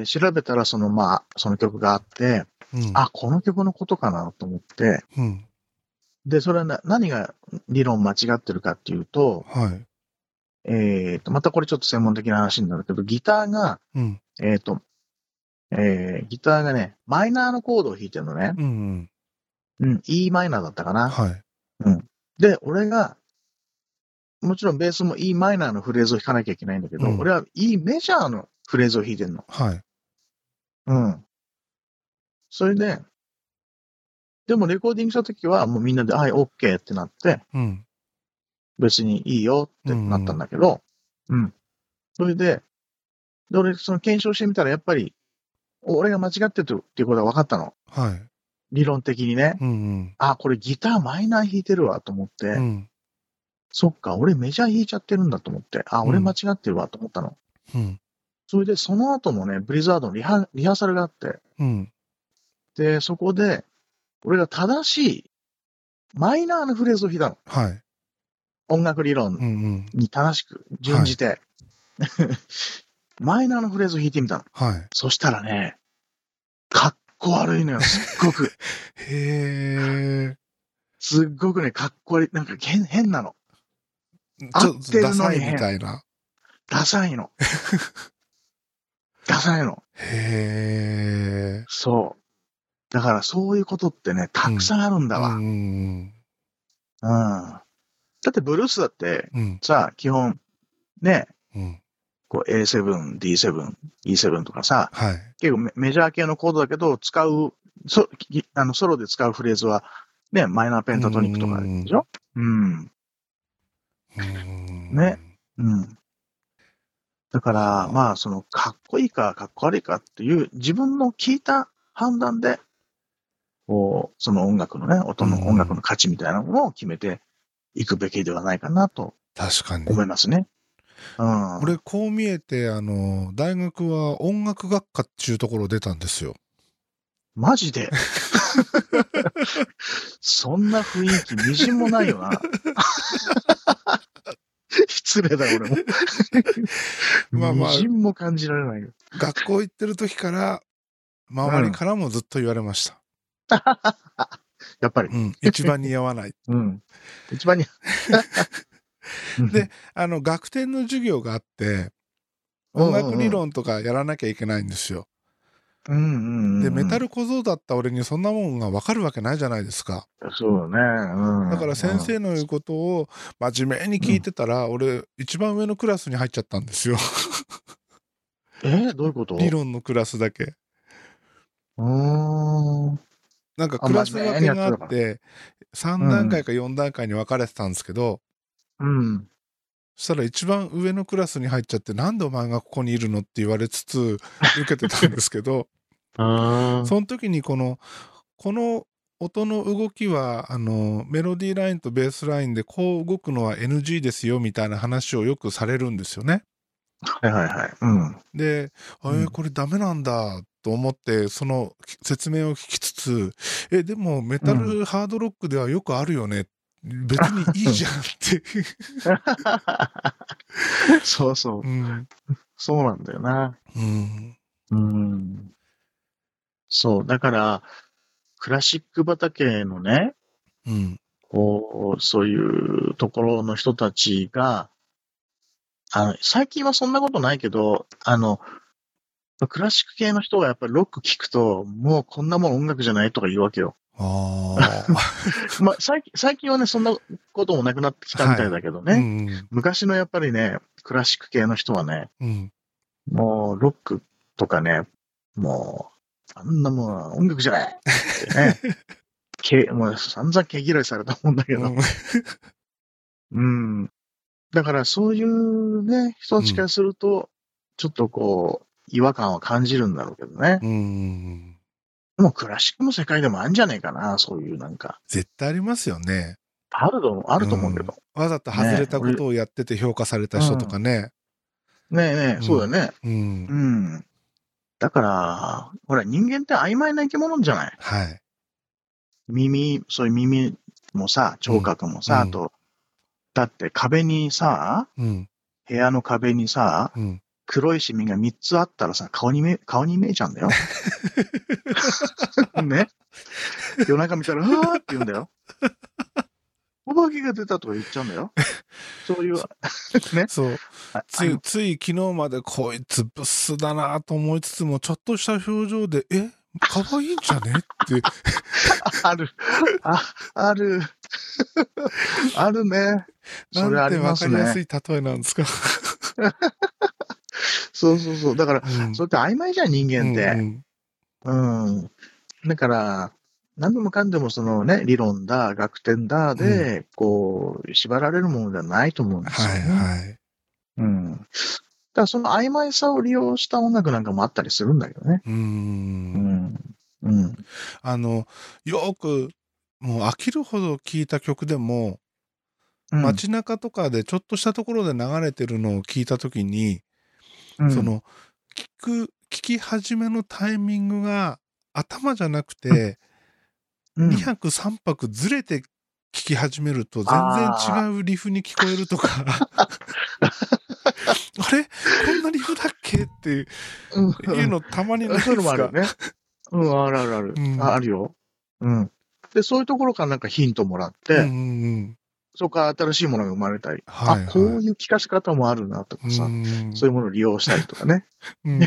S2: で、調べたら、その、まあ、その曲があって、
S1: い。うん。
S2: あ、この曲のことかなと思って、
S1: うん。
S2: で、それはな何が理論間違ってるかっていうと、
S1: はい。
S2: えっ、と、またこれちょっと専門的な話になるけど、ギターが、
S1: うん。
S2: えっ、と、えーギターがね、マイナーのコードを弾いてるのね。
S1: うんうん。
S2: うん、E マイナーだったかな。
S1: はい。
S2: で、俺が、もちろんベースも E マイナーのフレーズを弾かなきゃいけないんだけど、
S1: うん
S2: 俺は E メジャーのフレーズを弾いてんの。
S1: はい。
S2: うん。それで、でもレコーディングした時はもうみんなで、はい、OK ってなって、
S1: うん。
S2: 別にいいよってなったんだけど、うん、それで、で、俺、その検証してみたら、やっぱり、俺が間違ってるっていうことが分かったの。
S1: はい。
S2: 理論的にね。
S1: うんうん。
S2: あ、これギターマイナー弾いてるわと思って、
S1: うん。
S2: そっか、俺メジャー弾いちゃってるんだと思って、あ、俺間違ってるわと思ったの。
S1: うん。
S2: それで、その後もね、ブリザードのリハリハーサルがあって、
S1: うん。
S2: で、そこで、俺が正しい、マイナーのフレーズを弾いたの。
S1: はい。
S2: 音楽理
S1: う
S2: 論
S1: んうん。
S2: に正しく、準じて、マイナーのフレーズを弾いてみたの。
S1: はい。
S2: そしたらね、かっこ悪いのよ、すっごく。
S1: へえ。
S2: すっごくね、かっこ悪い。なんか変変なの。
S1: ち
S2: 合
S1: ょ
S2: っ
S1: ってと
S2: るの
S1: ダ
S2: に
S1: サいみたいな。
S2: ダサいの。ダサいの。
S1: へえ。
S2: そう。だからそういうことってね、たくさんあるんだわ。
S1: う
S2: うん。
S1: ん
S2: だってブルースだって、
S1: うん。うん。
S2: さあ、基本、ね、
S1: うん。
S2: こう A7、D7、E7 とかさ、
S1: はい。
S2: 結構メメジャー系のコードだけど、使う、そきあのソロで使うフレーズは、ね、マイナーペンタトニックとかでしょうん。
S1: うん
S2: ね。うん。だから、まあ、その、かっこいいか、かっこ悪いかっていう、自分の聞いた判断で、こう、その音楽のね、音
S1: う
S2: の
S1: ん
S2: 音楽の価値みたいなものを決めていくべきではないかなと
S1: 確かに。
S2: 思いますね。うん。
S1: 俺こう見えてあの大学は音楽学科っちゅうところ出たんですよ。
S2: マ ジで。そんな雰囲気、みじんもないよな。 失礼だ、俺も。
S1: まあまあ
S2: みじんも感じられないよ。
S1: 学校行ってる時から周りからもずっと言われました。
S2: やっぱり
S1: う。ん、 一番似合わない。
S2: うん。一番に。
S1: で、あの学点の授業があって
S2: うんうん
S1: 音
S2: うん
S1: 楽理論とかやらなきゃいけないんですよ。
S2: うんうんうん。
S1: でメタ。ル小僧だった俺にそんなもんがわかるわけないじゃないですか。
S2: そうね。うん。
S1: だから先生の言うことを真面目に聞いてたら、俺一番上のクラスに入っちゃったんですよ。
S2: うん。えどういうこと
S1: 理論のクラスだけ。
S2: うーん。
S1: なんかクラス分けがあ
S2: あま
S1: っ
S2: あ
S1: て3段階か4段階に分かれてたんですけど、
S2: うん。
S1: そしたら一番上のクラスに入っちゃってなんでお前がここにいるのって言われつ つ受けてたんですけど
S2: あ
S1: その時にこのこの音の動きはあのメロディーラインとベースラインでこう動くのは NG ですよみたいな話をよくされるんですよね。
S2: はいはいはい。うん。
S1: で、え
S2: うん
S1: ーこれダメなんだと思ってその説明を聞きつつ「えでもメタルハードロックではよくあるよね別にいいじゃん」って、
S2: そうそ
S1: う
S2: う。
S1: ん
S2: そうなんだよな。
S1: うん、
S2: うん。そう。だから、クラシック畑のね、
S1: うん。
S2: こう、そういうところの人たちが、あの、最近はそんなことないけど、あの、クラシック系の人がやっぱりロック聞くと、もうこんなもん音楽じゃないとか言うわけよ。
S1: ああ。
S2: まあ、最近、最近はね、そんなこともなくなってきたみたいだけどね。
S1: うん。
S2: 昔のやっぱりね、クラシック系の人はね、
S1: うん。
S2: もうロックとかね、もう、あんなもん音楽じゃないって ね。けもう散々毛嫌いされたもんだけ
S1: う
S2: ど。
S1: ん
S2: うん。だからそういうね、人たちからすると、ちょっとこう、違和感は感じるんだろうけどね。
S1: うん。
S2: でもクラシックの世界でもあるんじゃねえかな、そういうなんか。
S1: 絶対ありますよね。
S2: あると思う、あると思うけど。
S1: わざと外れたことをやってて評価された人とかね。
S2: ねえね
S1: う
S2: え、
S1: ん
S2: そうだよね。
S1: うん
S2: う。ん。だから、ほら、人間って曖昧な生き物じゃない
S1: はい。
S2: 耳、そういう耳もさ、聴覚もさ、
S1: うん
S2: あと、だって壁にさ、
S1: うん。
S2: 部屋の壁にさ、
S1: うん。
S2: 黒いシミが3つあったらさ、顔に見え、顔に見えち ゃうんだよ。ね。夜中見たら、うわーって言うんだよ。お化けが出たとか言っちゃうんだよ。そう いう、ね。
S1: そう。
S2: あ
S1: つい、つい昨日までこいつブスだなと思いつつも、ちょっとした表情で、え可愛いんじゃねって。
S2: ある。あ、ある。あるね。
S1: な
S2: それあ
S1: ん
S2: り
S1: てわ
S2: ま
S1: か
S2: す
S1: りやす
S2: ね。
S1: い例えなんですか。
S2: そうそうそう。だから、
S1: うん
S2: それって曖昧じゃん、人間って。
S1: うん
S2: うん。だから、何でもかんでもそのね、理論だ、学点だで、こう、縛られるものではないと思うんですよ、
S1: はい
S2: ね。
S1: はい。
S2: うん。だからその曖昧さを利用した音楽なんかもあったりするんだけどね。
S1: う。
S2: うんん。うん。
S1: あの、よく、もう飽きるほど聴いた曲でも、
S2: うん、
S1: 街中とかでちょっとしたところで流れてるのを聞いた時に、
S2: うん
S1: そ、の聞く聞き始めのタイミングが頭じゃなくて、
S2: うん
S1: 2泊3泊ずれて聞き始めると全然違うリフに聞こえる とかあれこんなリフだっけっていう
S2: うん
S1: いうのたまにないです
S2: そういうのもあ
S1: か
S2: るよね。うん、あるあるある。
S1: うん
S2: ああるよ。うん。で、そういうところからなんかヒントもらって、
S1: うんうんうん
S2: そこから新しいものが生まれたり、
S1: はいはい
S2: あ、こういう聞かせ方もあるなとかさ、
S1: うん
S2: そういうものを利用したりとかね。
S1: うん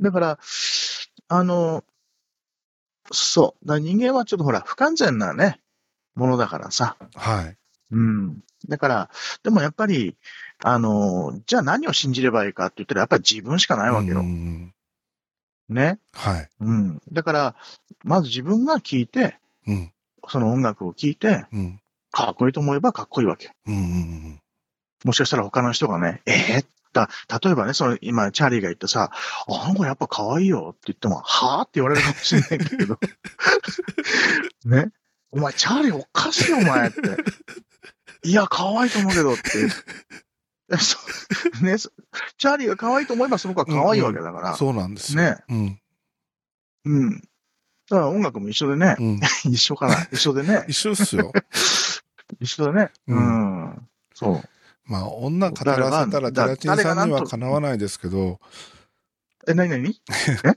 S2: だから、あの、そう。だから人間はちょっとほら、不完全なね、ものだからさ。
S1: はい
S2: うん。だから、でもやっぱり、あの、じゃあ何を信じればいいかって言ったら、やっぱり自分しかないわけ
S1: う
S2: よ
S1: ん。うん
S2: ね。
S1: はい
S2: うん。だから、まず自分が聴いて、
S1: うん
S2: その音楽を聴いて、
S1: うん
S2: かっこいいと思えばかっこいいわけ。
S1: うんうん
S2: もしかしたら他の人がね、えー、だ例えばね、その今、チャーリーが言ったさ、あの子やっぱ可愛いよって言っても、はぁって言われるかもしれないんだけど、 ね、お前、チャーリーおかしいよ、お前って。いや、可愛いと思うけどって。 えそうね、そチャーリーが可愛いと思えばその子は可愛いわけだか
S1: う
S2: ら、
S1: んそうなんですよ
S2: ね、
S1: うん
S2: うん。だから音楽も一緒でね、
S1: うん
S2: 一緒かな、一緒 でね、
S1: 一緒っ すよ
S2: 一緒でね、
S1: う
S2: うん、そう。
S1: まあ女語らせたらゼラチンさんにはかなわないですけど
S2: え、な になにえ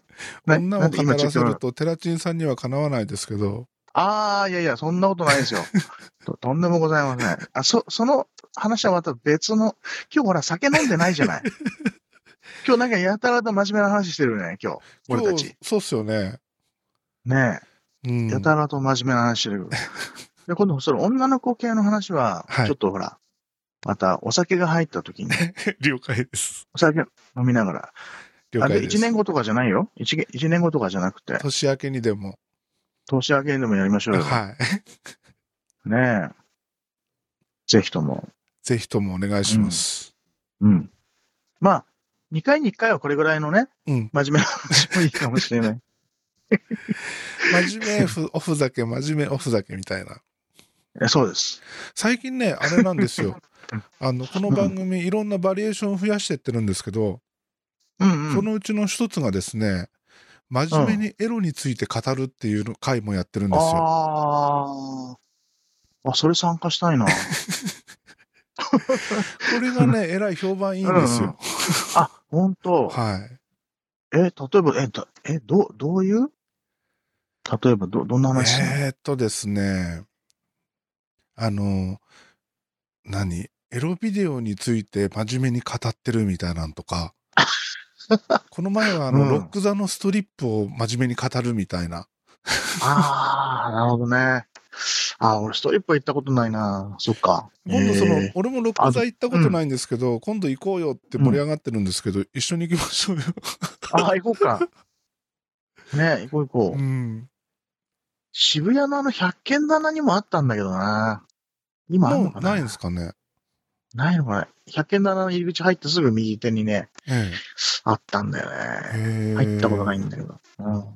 S2: な
S1: 女
S2: な
S1: を
S2: んで
S1: 語
S2: 今
S1: ら
S2: ちょっと
S1: せるとテラチンさんにはかなわないですけど
S2: ああ、いやいや、そんなことない ですよ。ととんでもございません。あ、そ、その話はまた別の、今日ほら酒飲んでないじ ゃない。今日なんかやたらと真面目な話してるね、今日。俺た
S1: 今
S2: ち
S1: 日。そうっすよね
S2: ね
S1: うん
S2: え、やたらと真面目な話してる。 で、今度その女の子系の話は
S1: は、い
S2: ちょっとほら、またお酒が入った 時に、
S1: 了解です
S2: お酒飲みながら。
S1: 了
S2: あ
S1: 解
S2: れ、
S1: で
S2: 1
S1: す
S2: 年後とかじゃないよ。1, 一年後とかじゃなくて、
S1: 年明けにでも
S2: 年明けにでもやりましょうよ。
S1: はい
S2: ねえ。ぜひとも。
S1: ぜひともお願いします
S2: うん。まあ、2回に1回はこれぐらいのね、
S1: うん
S2: 真面目な話もいいかもし れない。
S1: 真面目 ふおふざけ真面目おふざけみたいな
S2: えそうです。
S1: 最近ねあれなんです よあのこの番組いろんなバリエーションを増やしてってるんですけど
S2: うんう
S1: そ
S2: ん。
S1: のうちの一つがですね真面目にエロについて語るっていうの回もやってるんですよ
S2: ああ。あ、それ参加したいな。
S1: これがね、えらい評判いいんですよ。
S2: あ、本当。
S1: はい。
S2: え、例えば、え、どえ、ど、どういう例えば、ど、どんな話するの
S1: えー、っとですね、あの、何エロビデオについて真面目に語ってるみたいなんと か、この前はあの、
S2: うん
S1: ロック座のストリップを真面目に語るみたいな。
S2: ああ、なるほどね。あー俺、ストリップは行ったことないな。そっか。
S1: 今度その、
S2: えー
S1: 俺もロック座行ったことないんですけど、今度行こうよって盛り上がってるんですけど、一緒に行きましょうよ。
S2: あー、行こうか。ね行こう行こう。
S1: うん。
S2: 渋谷のあの、百軒棚にもあったんだけどな。今あるの
S1: も
S2: か
S1: う
S2: な
S1: ないんですかね。
S2: ないのかな百軒棚の入り口入ってすぐ右手にね、
S1: え
S2: あったんだよ
S1: え
S2: ね。
S1: へえ
S2: 入ったことないんだけど。うん。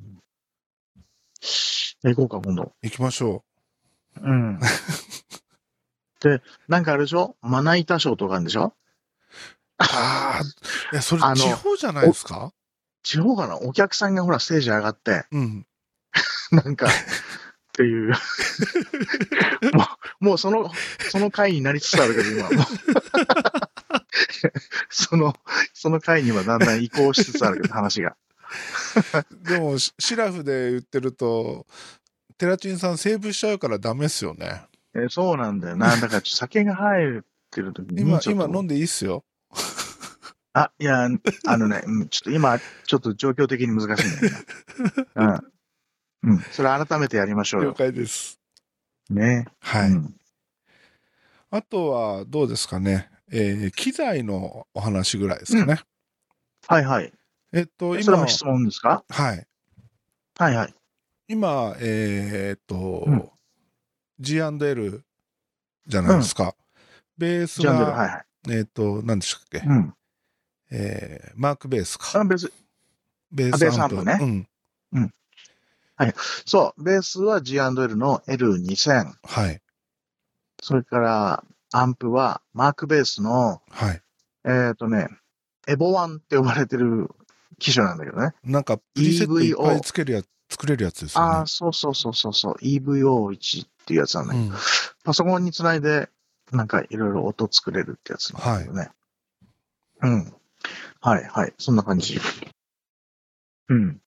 S2: 行こうか、今度。
S1: 行きましょ
S2: うん。で、なんかあれでしょまな板ショーとかあるんでしょ
S1: う。ああ、いや、それ
S2: あの
S1: 地方じゃないですか
S2: 地方かなお客さんがほら、ステージ上がって、
S1: うん。
S2: なんか、っていう。もう、もうその、その回になりつつあるけど、今はもう。その、その回にはだんだん移行しつつあるけど、話が。
S1: でも、シシラフで言ってると、テラチンさんセーブしちゃうからダメっすよね。
S2: えそうなんだよな。だから、酒が入ってる時に
S1: 今、
S2: ちょっと
S1: 今飲んでいいっすよ。
S2: あ、いや、あのね、うんちょっと今、ちょっと状況的に難しいん だよな。うん。うん。それ改めてやりましょう
S1: 了
S2: よ。
S1: 解です。
S2: ね。
S1: はい。
S2: うん
S1: あとは、どうですかね。えー機材のお話ぐらいですかね。
S2: はいはい。
S1: えっと、
S2: それも
S1: 今、
S2: 質問ですか
S1: はい。
S2: はいはい。
S1: 今、えーっと、
S2: うん
S1: G&L じゃないですか。ベース
S2: ジャンル
S1: が、
S2: はいはい。
S1: えーっと、何でしたっけ、
S2: うん。
S1: えーマークベースか。
S2: あ別、
S1: ベ
S2: あベースアンプね
S1: うん。
S2: そう、ベースは G&L の L2000。
S1: はい。
S2: それから、アンプはマークベースの、
S1: はい。
S2: えっ、とね、エボワンって呼ばれてる機種なんだけどね。
S1: なんか、プリセットいっ
S2: EVO
S1: ぱいつけるやつ、作れるやつですよね。
S2: ああ、そうそうそうそうそう、EVO1 っていうやつなんだけど
S1: うん、
S2: パソコンにつないで、なんかいろいろ音作れるってやつなんだよね。うん。はいはい。そんな感じ。うん。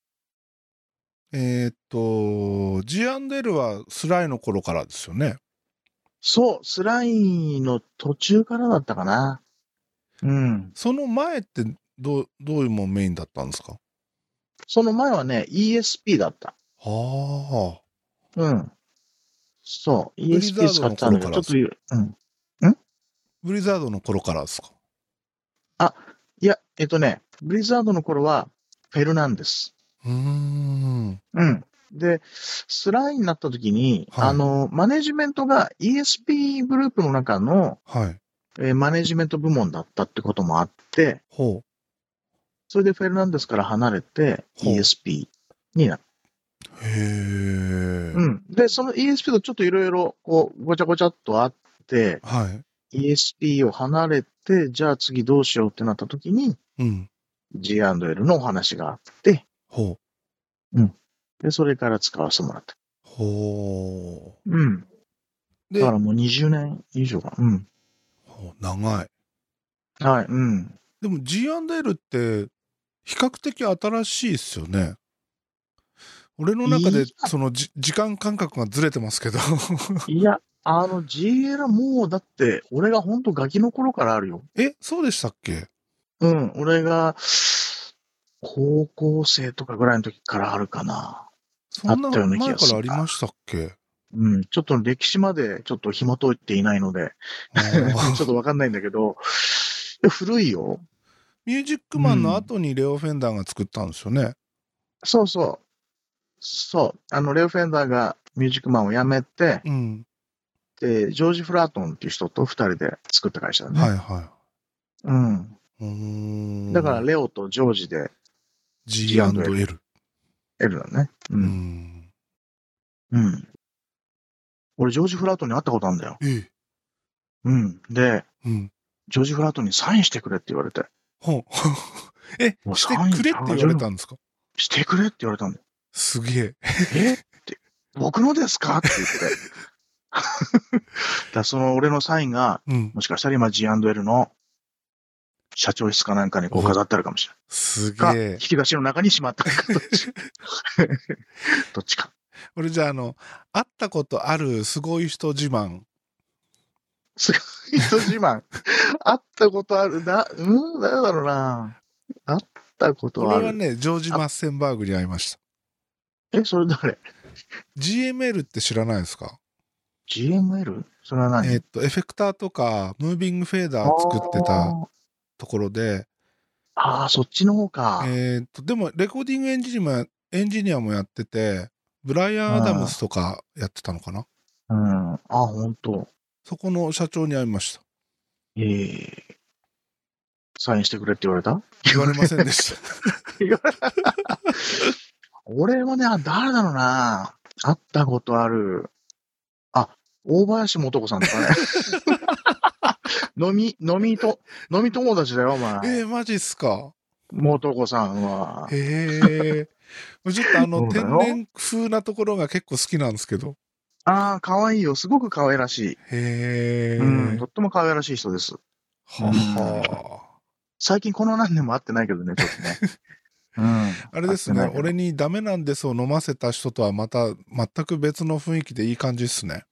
S1: えーっと、G&L はスライの頃からですよね。
S2: そう、スライの途中からだったかな。うん。
S1: その前ってどう、どういうもんメインだったんですか
S2: その前はね、ESP だった。
S1: はあ。
S2: うん。そう、
S1: リザード
S2: ESP 使ってたんだけど、
S1: の頃
S2: ちょっと、うん。
S1: ブリザードの頃からですか
S2: いや、えっとね、ブリザードの頃は、フェルナンデス。
S1: うーん。
S2: うん。で、スライになった時に、
S1: はい
S2: あの、マネジメントが ESP グループの中の、
S1: はい。
S2: えーマネジメント部門だったってこともあって、
S1: ほ
S2: それでフェルナンデスから離れて
S1: ほう
S2: ESP になる。
S1: う。へえ。
S2: うん。で、その ESP とちょっといろいろ、こう、ごちゃごちゃっとあって、
S1: は
S2: ESP を離れて、じゃあ次どうしようってなった時に、
S1: い。うん。
S2: G&L のお話があって、
S1: ほう。
S2: で、それから使わせてもらった。
S1: ほ
S2: うん。
S1: う。
S2: だ
S1: で、
S2: から
S1: ほ
S2: もう20年以上かな。うん。
S1: う長い。
S2: はい、うん。
S1: でも G&L って比較的新しいですよね。俺の中
S2: い
S1: で
S2: や
S1: そのじ時間感覚がずれてますけど。
S2: いや、あの GL はもうだって、俺がほんとガキの頃からあるよ。
S1: え、そうでしたっけ
S2: うん、俺が高校生とかぐらいの時からあるかな。
S1: そんな
S2: あったような気
S1: 前
S2: が
S1: か
S2: す
S1: らあ
S2: る
S1: りましたっ け
S2: うん、ちょっと歴史までちょっと紐解いていないの で、
S1: あー
S2: ちょっとわかんないんだけど、いや古いよ。
S1: ミュージックマンの後にレオ・フェンダーが作ったんですよね。
S2: そうそう。そう。あの、レオ・フェンダーがミュージックマンを辞めて、
S1: うん。
S2: で、ジョージ・フラートンっていう人と二人で作った会社だね。
S1: はいは
S2: うん。
S1: い。うーん
S2: だから、レオとジョージで
S1: G&L。
S2: L だね。う。
S1: うんん。
S2: うん。俺、ジョージ・フラートンに会ったことあるんだよ。
S1: ええ。
S2: うん。で、
S1: うん。
S2: ジョージ・フラートンにサインしてくれって言われて。
S1: ほう。 え、
S2: もう
S1: し
S2: サイン
S1: てくれって言われたんですか
S2: してくれって言われたんだよ。
S1: すげえ。
S2: えって。僕のですかって言って。だからその俺のサインが、
S1: うん。
S2: もしかしたら今 G&L の社長室かなんかにこう飾ってあるかもしれ
S1: す
S2: ない。
S1: げ
S2: か、引
S1: え。
S2: き出しの中にしまったか、どっ ちどっちか。
S1: 俺じゃあ、あの、会ったことあるすごい人自慢。
S2: すごい人自慢。 会ったことあるな、うん、誰だろうな。会ったことあ
S1: 俺は
S2: る。
S1: ね、ジョージ・マッセンバーグに会いました。
S2: え、それ誰
S1: GML って知らないですか
S2: ?GML? それは何
S1: えっと、エフェクターとか、ムービングフェーダー作ってた。ところで、
S2: あーあー、そっちの方か。
S1: えっと、でも、レコーディングエンジニアエンジニアもやってて、ブライアン・アダムスとかやってたのかな
S2: うん。あー、本当。
S1: そこの社長に会いました。
S2: ええサインしてくれって言われた
S1: 言われませんでした。
S2: 俺はね、あ誰だろうな。会ったことある。あ、大林素子さんと かね。飲み、飲みと、飲み友達だよ、お 前。
S1: えー、マジっすか。
S2: 素子さんは。
S1: へえ。ちょっとあの、
S2: そうだ
S1: 天
S2: よ
S1: 然風なところが結構好きなんですけど。
S2: ああ、可愛いよ。すごく可愛らし
S1: へえ。
S2: い。うん。
S1: は
S2: とっても可愛らしい人です。
S1: あはあ。
S2: 最近この何年も会ってないけどね、ちょっと ね。うん。
S1: あれです
S2: 会っ
S1: ね
S2: て、ないけど
S1: 俺にダメなんですを飲ませた人とはまた全く別の雰囲気でいい感じっすね。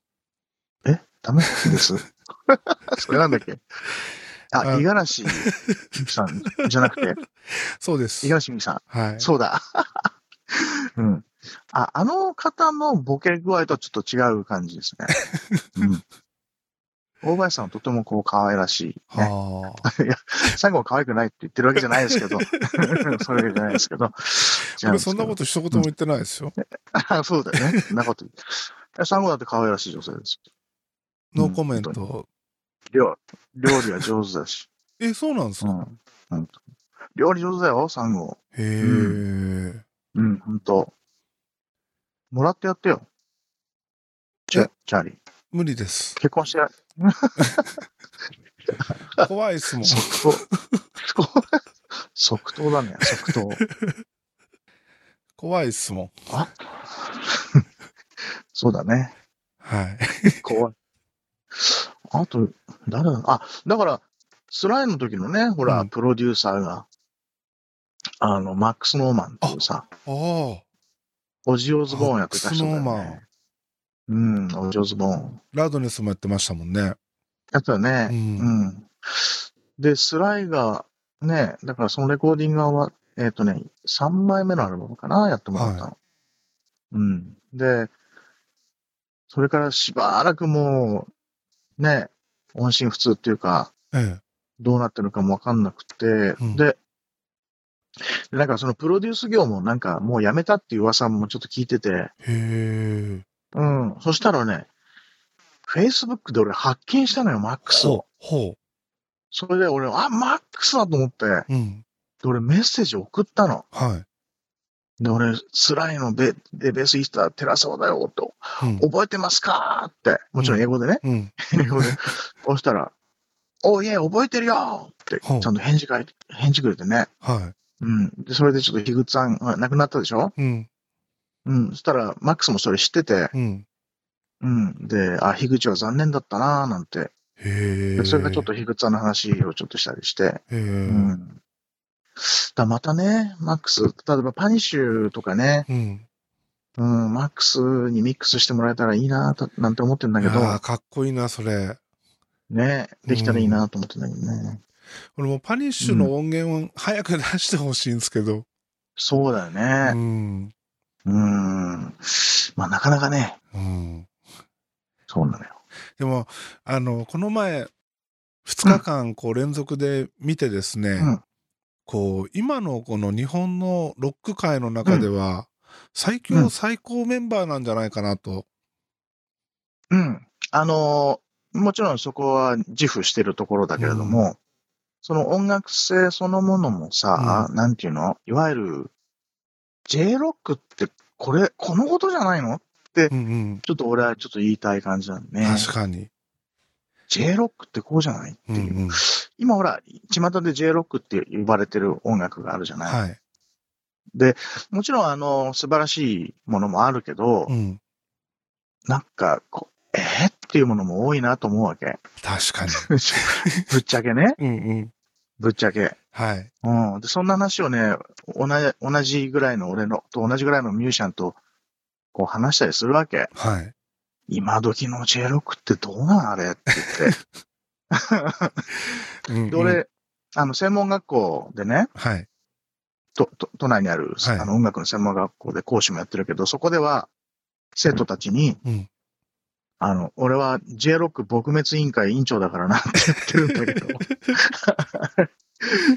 S2: えダメ です。それなんだっけあ、
S1: あ
S2: 五十嵐美樹さんじゃなく て、
S1: そうで
S2: 五
S1: す
S2: 十。嵐美樹さん。
S1: はい。
S2: そうだ。 うん。あ、あの方のボケ具合とはちょっと違う感 じですね。うん。大林さんはとてもこう可愛らしい、ね。
S1: は
S2: いや、最後は可愛くないって言ってるわけじゃないです けど。それじゃないですけど。
S1: あ。俺そんなこと一言も言ってないですよ。
S2: と。そうだよね。そんなこと言って。えサンゴだって可愛らしい女性です。
S1: ノーコメント。
S2: 料料理は上手だし。
S1: え、 そうなんです
S2: う
S1: か
S2: ん。うん料理上手だよ、サンゴ。
S1: へえ。
S2: うん、ほんと。もらってやってよ。チャ
S1: え
S2: チャーリー。
S1: 無理 です。
S2: 結婚してない。
S1: 怖いっすもん。
S2: 即答。即答だね、即答。
S1: 怖いっすもん。
S2: そうだね。
S1: はい。
S2: 怖い。あと、誰だあ、だから、スライムの時のね、ほら、
S1: うん
S2: プロデューサーが、あの、マックス・ノーマンっていうさ、
S1: ああ。
S2: オジオズボーンやってた人だよ、ね。
S1: マック
S2: うん、オジオズボーン。
S1: ラドネスもやってましたもんね。
S2: やったよね。
S1: うん
S2: うん。で、スライが、ね、だからそのレコーディングは、えっ、とね、3枚目のアルバムかな、やってもらったの。うん。で、それからしばらくもう、ね、音信不通っていうか、
S1: え
S2: どうなってるかもわかんなくて、
S1: うん
S2: で、でなんかそのプロデュース業もなんかもうやめたっていう噂もちょっと聞いてて、
S1: え。へえ。
S2: うん。そしたらね、Facebook で俺発見したのよ、マックスを。
S1: ほう。ほ
S2: それで俺、あ、マックスだと思って、で、
S1: う。うん。
S2: 俺メッセージ送ったの。
S1: は
S2: で、俺、スライのベでベースイースター、テラサワだよ、と。
S1: い。うん。
S2: 覚えてますかって。もちろん英語でね。
S1: うん。
S2: 英 語で。そしたら、おいえ、覚えてるよって、
S1: ほう
S2: ちゃんと返事返返事くれてね。
S1: は
S2: うん。で、それでちょっと樋口さんが亡くなったでしょ
S1: い。うん。
S2: うん。そしたら、マックスもそれ知ってて、
S1: うん。
S2: うん。で、あ、樋口は残念だったなーなんて。
S1: へえ。
S2: でそれがちょっと樋口さんの話をちょっとしたりして、
S1: へえ。
S2: うん。だからまたね、マックス、例えばパニッシュとかね、
S1: うん。
S2: うん、マックスにミックスしてもらえたらいいなと、なんて思ってんだ
S1: い
S2: けど、
S1: やーかっこいいな、それ。
S2: ね、できたらいいなと思ってんだけどね。
S1: 俺もパニッシュの音源を早く出してほしいんですけど。
S2: そうだよ
S1: う
S2: ね。
S1: ん。
S2: うん。まあ、なかなかね、
S1: うん。
S2: そうなのよ。
S1: でも、あの、この前、2日間、こう、連続で見てですね、
S2: うん
S1: こう、今のこの日本のロック界の中では、最
S2: う
S1: 強
S2: ん
S1: 最高メンバーなんじゃないかなと。
S2: うん。あのーもちろんそこは自負してるところだけれども、その音楽性そのものもさ、なんていうのいわゆる、J-ROCK ってこれ、このことじゃないの
S1: うんうん。
S2: ちょっと俺はちょっと言いたい感じなんでね。
S1: 確かに。
S2: J-ROCK ってこうじゃないって
S1: う
S2: いう。
S1: んうん。
S2: 今ほら、巷で J-ROCK って呼ばれてる音楽があるじゃない。
S1: はい。
S2: もちろん、あの、素晴らしいものもあるけど、
S1: うん。
S2: なんかこう、えー っていうものも多いなと思うわけ。
S1: 確かに。
S2: ぶっちゃけね。
S1: うんうん。
S2: ぶっちゃけ。
S1: はい。
S2: うん。で、そんな話をね、同じ、同じぐらいの俺の、と同じぐらいのミュージシャンと、こう話したりするわけ。
S1: はい。
S2: 今時の j ロックってどうなんあれって言って。
S1: うんう
S2: で、
S1: ん
S2: 俺、あの、専門学校でね、
S1: はい。
S2: と、と都内にある、
S1: はい
S2: あの、音楽の専門学校で講師もやってるけど、そこでは、生徒たちに、
S1: うん
S2: あの、俺は j ロック撲滅委員会委員長だからなって言ってるんだけ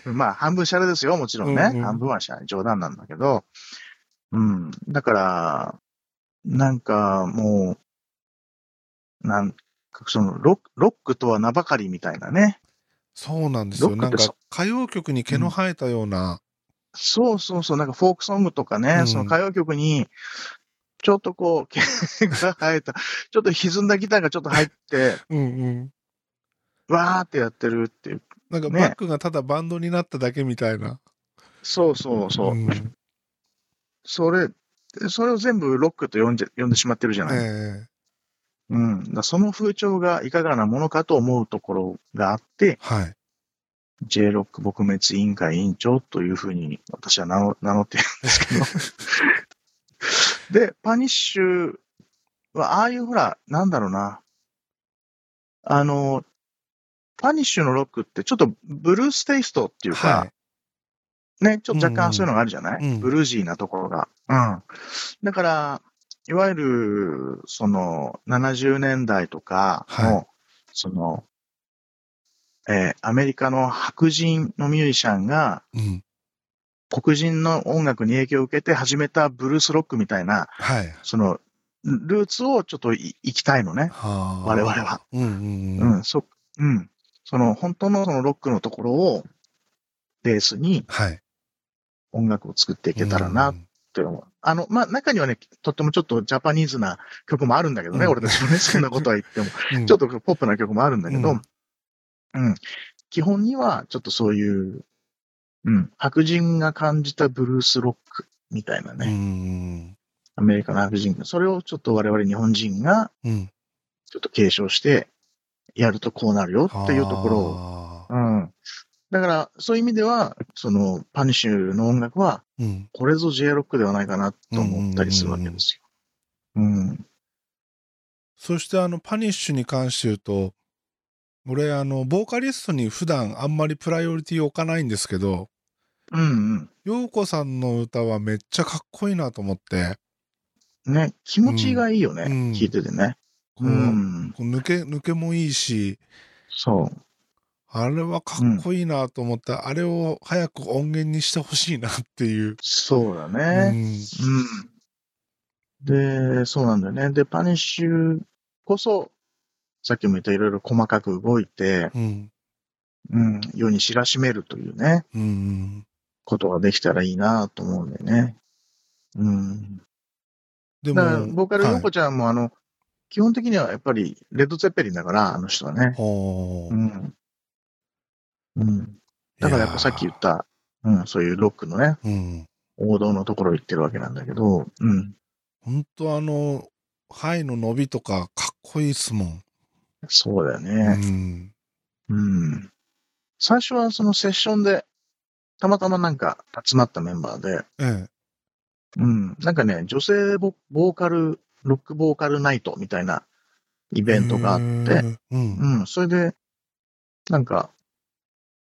S2: ど。まあ、半分シャレですよ、もちろんね。
S1: うんうん
S2: 半分はシャレ、冗談なんだけど。うん。だから、なんかもう、なんかそのロック、ロックとは名ばかりみたいなね。
S1: そうなんですよ。
S2: ロッ
S1: なん
S2: クってそ
S1: か、歌謡曲に毛の生えたような、
S2: そうそうそう、なんかフォークソングとかね、
S1: うん
S2: その歌謡曲に、ちょっとこう、毛が生えた、ちょっと歪んだギターがちょっと入って、
S1: うんうん
S2: わーってやってるっていう。
S1: なんか、
S2: ね
S1: バックがただバンドになっただけみたいな。
S2: そうそうそう。
S1: ん
S2: それ、それを全部ロックと呼んじゃ呼んでしまってるじゃな
S1: え
S2: い。
S1: え
S2: うん。だからその風潮がいかがなものかと思うところがあって、
S1: はい。
S2: J ロック撲滅委員会委員長というふうに私は名乗名乗ってるんですけど。で、パニッシュは、ああいうほら、なんだろうな。あの、パニッシュのロックってちょっとブルーステイストっていうか、
S1: は
S2: ね、ちょっと若干そういうのがあるじゃない、
S1: うんうん
S2: ブルージーなところが。うん。だから、いわゆる、その、70年代とかの、
S1: は
S2: その、えーアメリカの白人のミュージシャンが、
S1: い。うん。
S2: 黒人の音楽に影響を受けて始めたブルースロックみたいな、
S1: はい。は
S2: その、ルーツをちょっとい行きたいのね。
S1: あ
S2: 我々は。
S1: うんうん
S2: う
S1: うん。
S2: ん、そ、うん。その、本当のそのロックのところを、ベースに
S1: はい。
S2: 音楽を作っていけたらな
S1: うん
S2: って思う。あの、まあ、中にはね、とってもちょっとジャパニーズな曲もあるんだけどね、
S1: うん
S2: 俺たちのね、好きなことは言っても、
S1: うん
S2: ちょっとポップな曲もあるんだけど、
S1: う
S2: うんん、基本には、ちょっとそういう、うん、白人が感じたブルースロックみたいな
S1: うんう
S2: ね、
S1: ん
S2: アメリカの白人、それをちょっと我々日本人が、
S1: うん。うん。
S2: ちょっと継承して、やるとこうなるよっていうところを、
S1: あ
S2: うん。だから、そういう意味では、その、パニッシュの音楽は、
S1: ーうん。
S2: これぞ J ロックではないかなと思ったりするわけですよ。うん。
S1: そして、あの、パニッシュに関して言うと、俺、あの、ボーカリストに普段あんまりプライオリティを置かないんですけど、
S2: うん
S1: 陽子さんの歌はめっちゃかっこいいなと思って、
S2: うん。ね、気持ちがいいよね。
S1: うん
S2: 聞いててね。
S1: こ
S2: う。
S1: うんこう抜け、抜けもいいし、
S2: そう。
S1: あれはかっこいいなと思って、あれを早く音源にしてほしいなっていう。
S2: そうだ
S1: う
S2: ね。
S1: ん
S2: うん。で、そうなんだよね。で、パニッシュこそ、さっきも言ったいろいろ細かく動いて、
S1: うん。
S2: うん、世に知らしめるというね、
S1: うん。
S2: ことができたらいいなと思うんだよね。うん。
S1: で
S2: だから、
S1: も、
S2: ボーカルヨコちゃんも、あの、基本的にはやっぱり、レッド・ゼッペリンだから、あの人はね。
S1: ほ
S2: う。
S1: うん
S2: うん。だからやっぱさっき言った、うん、そういうロックのね、
S1: いやーうん。
S2: 王道のところ行ってるわけなんだけど、うん。
S1: 本当あの、ハイの伸びとかかっこいいっすもん。
S2: そうだよ
S1: う
S2: ね。
S1: ん。
S2: うん。最初はそのセッションで、たまたまなんか集まったメンバーで、
S1: ええ。
S2: うん。なんかね、女性ボボーカル、ロックボーカルナイトみたいなイベントがあって、
S1: う。
S2: うんん。それで、なんか、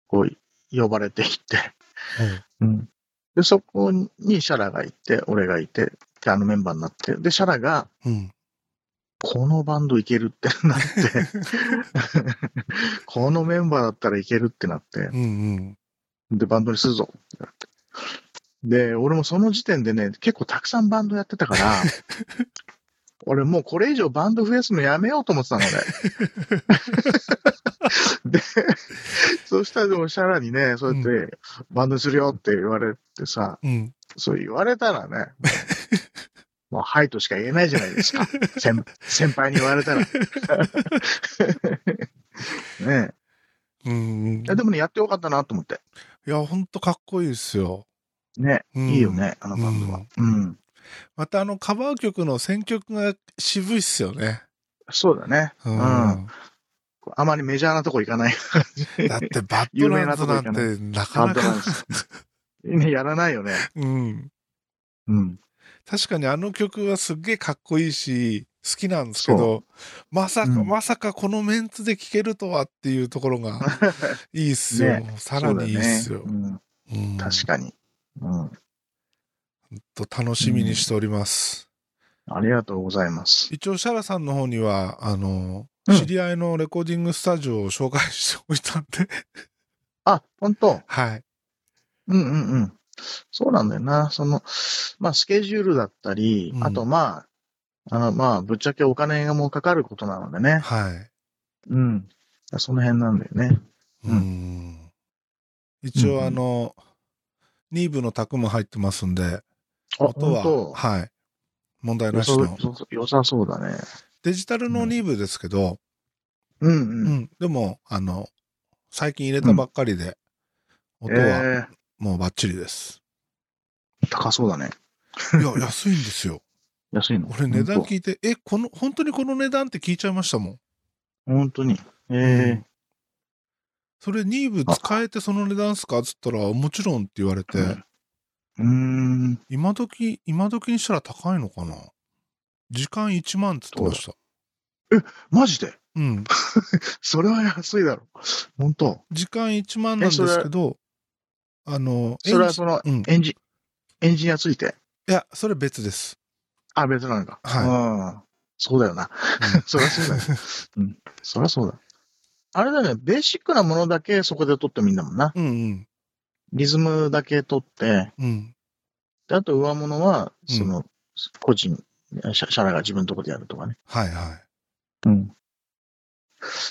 S2: こう、呼ばれていって、うん。で、そこにシャラがいて、俺がいて、で、あのメンバーになって、で、シャラが、
S1: うん。
S2: このバンドいけるってな って、このメンバーだったらいけるってなって、
S1: うんうん。
S2: で、バンドにするぞってなって。で、俺もその時点でね、結構たくさんバンドやってたから、俺もうこれ以上バンド増やすのやめようと思ってたのね。で、そしたらでもシャラにね、そうやってバンドにするよって言われてさ、
S1: うん。
S2: そう言われたらね、もう、はいとしか言えないじゃないですか。先先輩に言われたら。 ね
S1: うん。
S2: え。でもね、やってよかったなと思って。
S1: いや、本当かっこいいっすよ。
S2: ね、
S1: うん
S2: いいよね、あのバンドは。うん。
S1: またあのカバー曲の選曲が渋いっすよね。
S2: そうだね。
S1: う
S2: うん。あまりメジャーなとこ行かない感じ。
S1: だってバッドランズなんて なかなか。
S2: ね、やらないよね。
S1: うん。
S2: うん。
S1: 確かにあの曲はすっげえかっこいいし、好きなんですけど、まさか、
S2: うん
S1: まさかこのメンツで聴けるとはっていうところ がいいっすよ。さらにいいっすよ
S2: そう。だね
S1: うん
S2: うん、確かに。うん。
S1: と楽しみにしております。
S2: ありがとうございます。
S1: 一応、シャラさんの方には、あの、
S2: うん
S1: 知り合いのレコーディングスタジオを紹介しておいたんで、
S2: あ、本当
S1: はい。
S2: うんうんうん。そうなんだよな。その、まあ、スケジュールだったり、
S1: うん
S2: あと、まあ、あのまあ、ぶっちゃけお金がもうかかることなのでね。
S1: はい。
S2: うん。その辺なんだよね。
S1: う
S2: うんん
S1: 一
S2: うんう
S1: 応、
S2: ん
S1: あの、ニーブの卓も入ってますんで、
S2: あ、
S1: 音
S2: 本当
S1: は、はい。問題
S2: 良
S1: な
S2: さ
S1: しの。
S2: 良さそうだね。
S1: デジタルのニーブですけど、
S2: うん
S1: うん、
S2: うん。
S1: でも、あの、最近入れたばっかりで、音は
S2: え
S1: もうバッチリです。
S2: ー高そうだね。
S1: い や、安いんですよ。
S2: 安いの。
S1: 俺、値段
S2: 本
S1: 聞いて、え、この、本当にこの値段って聞いちゃいましたもん。
S2: 当本当に。え
S1: それ、ニーブ使えてその値段っすかっつったら、もちろんって言われて、
S2: うんえー。うーん。
S1: 今時、今時にしたら高いのかな時間1万っつってました。
S2: マジで
S1: うん。
S2: それは安いだろ。本当
S1: 時間1万なんですけど、あの、
S2: それは
S1: エンジ
S2: その、
S1: うん。
S2: エンジン、エンジニアついて。
S1: いや、それ別です。
S2: あ、別なのか。
S1: は
S2: うん。そうだよな。 そりゃそうだよ。うん。そりゃそうだ。あれだね、ベーシックなものだけそこで取ってもいいんだもんな。
S1: うんうん。
S2: リズムだけ取って、
S1: うん。
S2: であと上物は、
S1: うん
S2: その、個人、シャシャラが自分のとこでやるとかね。
S1: はいはい。
S2: うん。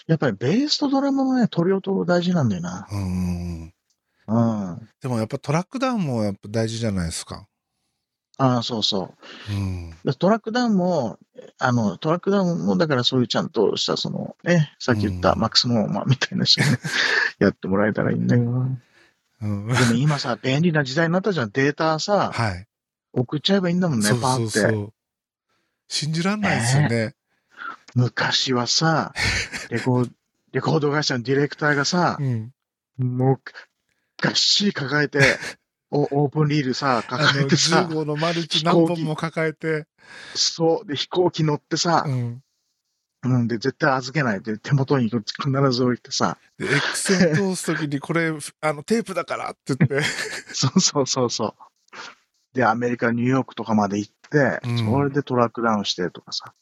S2: やっぱりベースとドラムのね、取り音大事なんだよな。
S1: うんうんうん
S2: うん。
S1: でもやっぱトラックダウンもやっぱ大事じゃないですか。
S2: ああ、そうそう。
S1: うん。
S2: でトラックダウンも、あの、トラックダウンも、だからそういうちゃんとした、その、ね、さっき言った
S1: うん
S2: マックスモーマンみたいな人、ね、 やってもらえたらいいんだけどな。
S1: うん、
S2: でも今さ、便利な時代になったじゃん。データ さ、
S1: はい。
S2: 送っちゃえばいいんだもんね
S1: そ、う
S2: パ
S1: そ
S2: ー
S1: う
S2: って。
S1: そう。信じらんないですよね。
S2: 昔 はさ、レコーレコード会社のディレクターがさ、
S1: うん。
S2: もう、がっしり 抱えて、おオープンリールさ、
S1: あ
S2: 抱え
S1: の、
S2: てさ
S1: 10、号のマルチ何本も抱えて。
S2: そう、で、飛行機乗ってさ
S1: う、ん。
S2: うん、で、絶対預けないで、手元に必ず置いてさ、
S1: で、エクセル通すときにこれ、あの、テープだからって言 って。
S2: そうそうそうそう。で、アメリカ、ニューヨークとかまで行って、
S1: うん
S2: それでトラックダウンしてとかさ。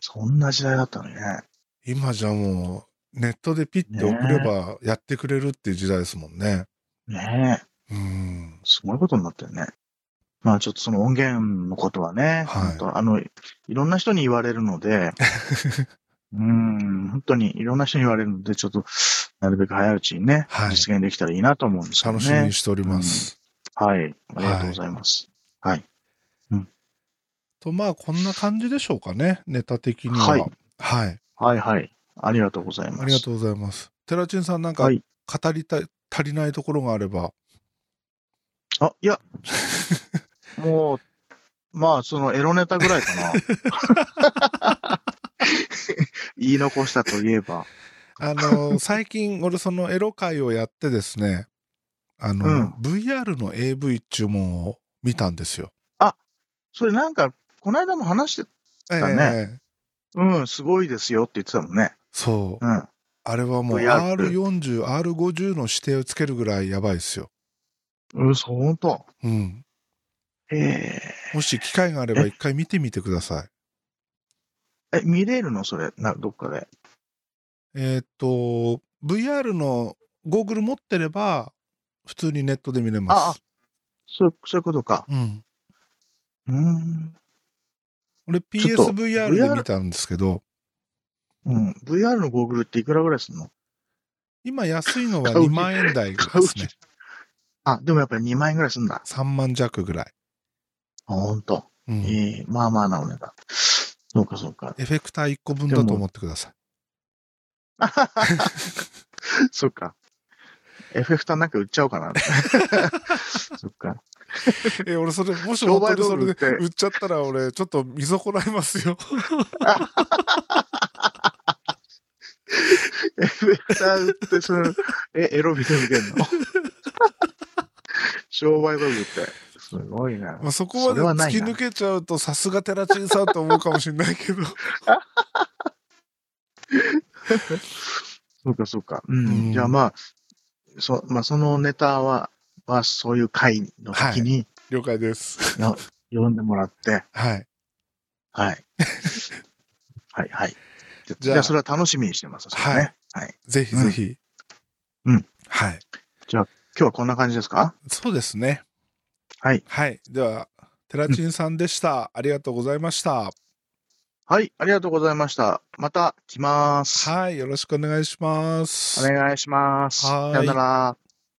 S2: そんな時代だったのにね。
S1: 今じゃもう、ネットでピッて送ればやってくれるっていう時代ですもんね。
S2: ねえ、
S1: うん。
S2: すごいことになったよね。まあちょっとその音源のことはね、
S1: はい
S2: 本当あの、いろんな人に言われるので、 うん、本当にいろんな人に言われるので、ちょっと、なるべく早いうちにね、
S1: はい
S2: 実現できたらいいなと思うんですけど
S1: 楽
S2: ね。
S1: しみにしております。
S2: はい。ありがとうございます。
S1: と、まあ、こんな感じでしょうかね。ネタ的には。
S2: はい
S1: はい
S2: はい、はい、ありがとうございます。
S1: ありがとうございます。テラチンさんなんか
S2: は
S1: 語
S2: い
S1: りたい、足りないところがあれば。
S2: あ、いや、もう、まあ、そのエロネタぐらいかな。 言い残したといえば。
S1: あ の、最近俺そのエロ会をやってですね、あの、
S2: うん
S1: VR の AV 注文を見たんですよ。
S2: それなんか、この間も話して、
S1: え
S2: だね
S1: え
S2: うん、すごいですよって言ってたもんね。
S1: そう。
S2: うん。
S1: あれはもう
S2: VR
S1: R40、R50 の指定をつけるぐらいやばいですよ。
S2: うん、そう、ほんと。
S1: うん。
S2: え
S1: もし機会があれば一回見てみてください。
S2: え、見れるのそれ、な、どっかで。
S1: えーっと、VR のゴーグル持ってれば、普通にネットで見れます。
S2: そう、そういうことか。
S1: うん。
S2: うーん。
S1: 俺
S2: ちょっと
S1: PSVR で見たんですけど、
S2: うん。VR のゴーグルっていくらぐらいするの
S1: 今安いのは
S2: 買う
S1: 2
S2: 気
S1: 万円台で
S2: 買う
S1: す
S2: 気
S1: ね。
S2: あ、でもやっぱり2万円ぐらいするんだ。
S1: 3万弱ぐらい。
S2: あ、ほんと。
S1: うん
S2: ええまあまあなお値段。そうか、そうか。
S1: エフェクター1個分だと思ってください。
S2: そっか。エフェクターなんか売っちゃおうかな。 そっか。
S1: え、俺それ、もし
S2: 商
S1: 本当
S2: 売
S1: にそ
S2: 道具
S1: れで
S2: って
S1: 売っちゃったら俺、ちょっと見損ないますよ。
S2: エフェクター売って、その、え、エロビデオ見てん の商売道具って。すごいな。
S1: まあ、そこまで
S2: それは
S1: 突
S2: ない
S1: き
S2: な
S1: 抜けちゃうとさすがテラチンさんと思うかもしれない けど、
S2: そうか、そうか。う。
S1: うんん
S2: じゃあまあ、そ、まあ、そのネタは、は、そういう回の時に、
S1: 了解です。
S2: の読んでもらって、
S1: はい。
S2: はい。はい、はい。じゃ
S1: じゃあ
S2: じゃあ、それは楽しみにしてます。
S1: はい
S2: ね。はい。
S1: ぜひぜひ。
S2: うんうん
S1: はい。
S2: 今日はこんな感じですか
S1: そうですね。
S2: はい。
S1: はい。では、テラチンさんでした。ありがとうございました。
S2: はい、ありがとうございました。また来ます。
S1: はい。よろしくお願いします。
S2: お願いします。
S1: はーい
S2: さよなら。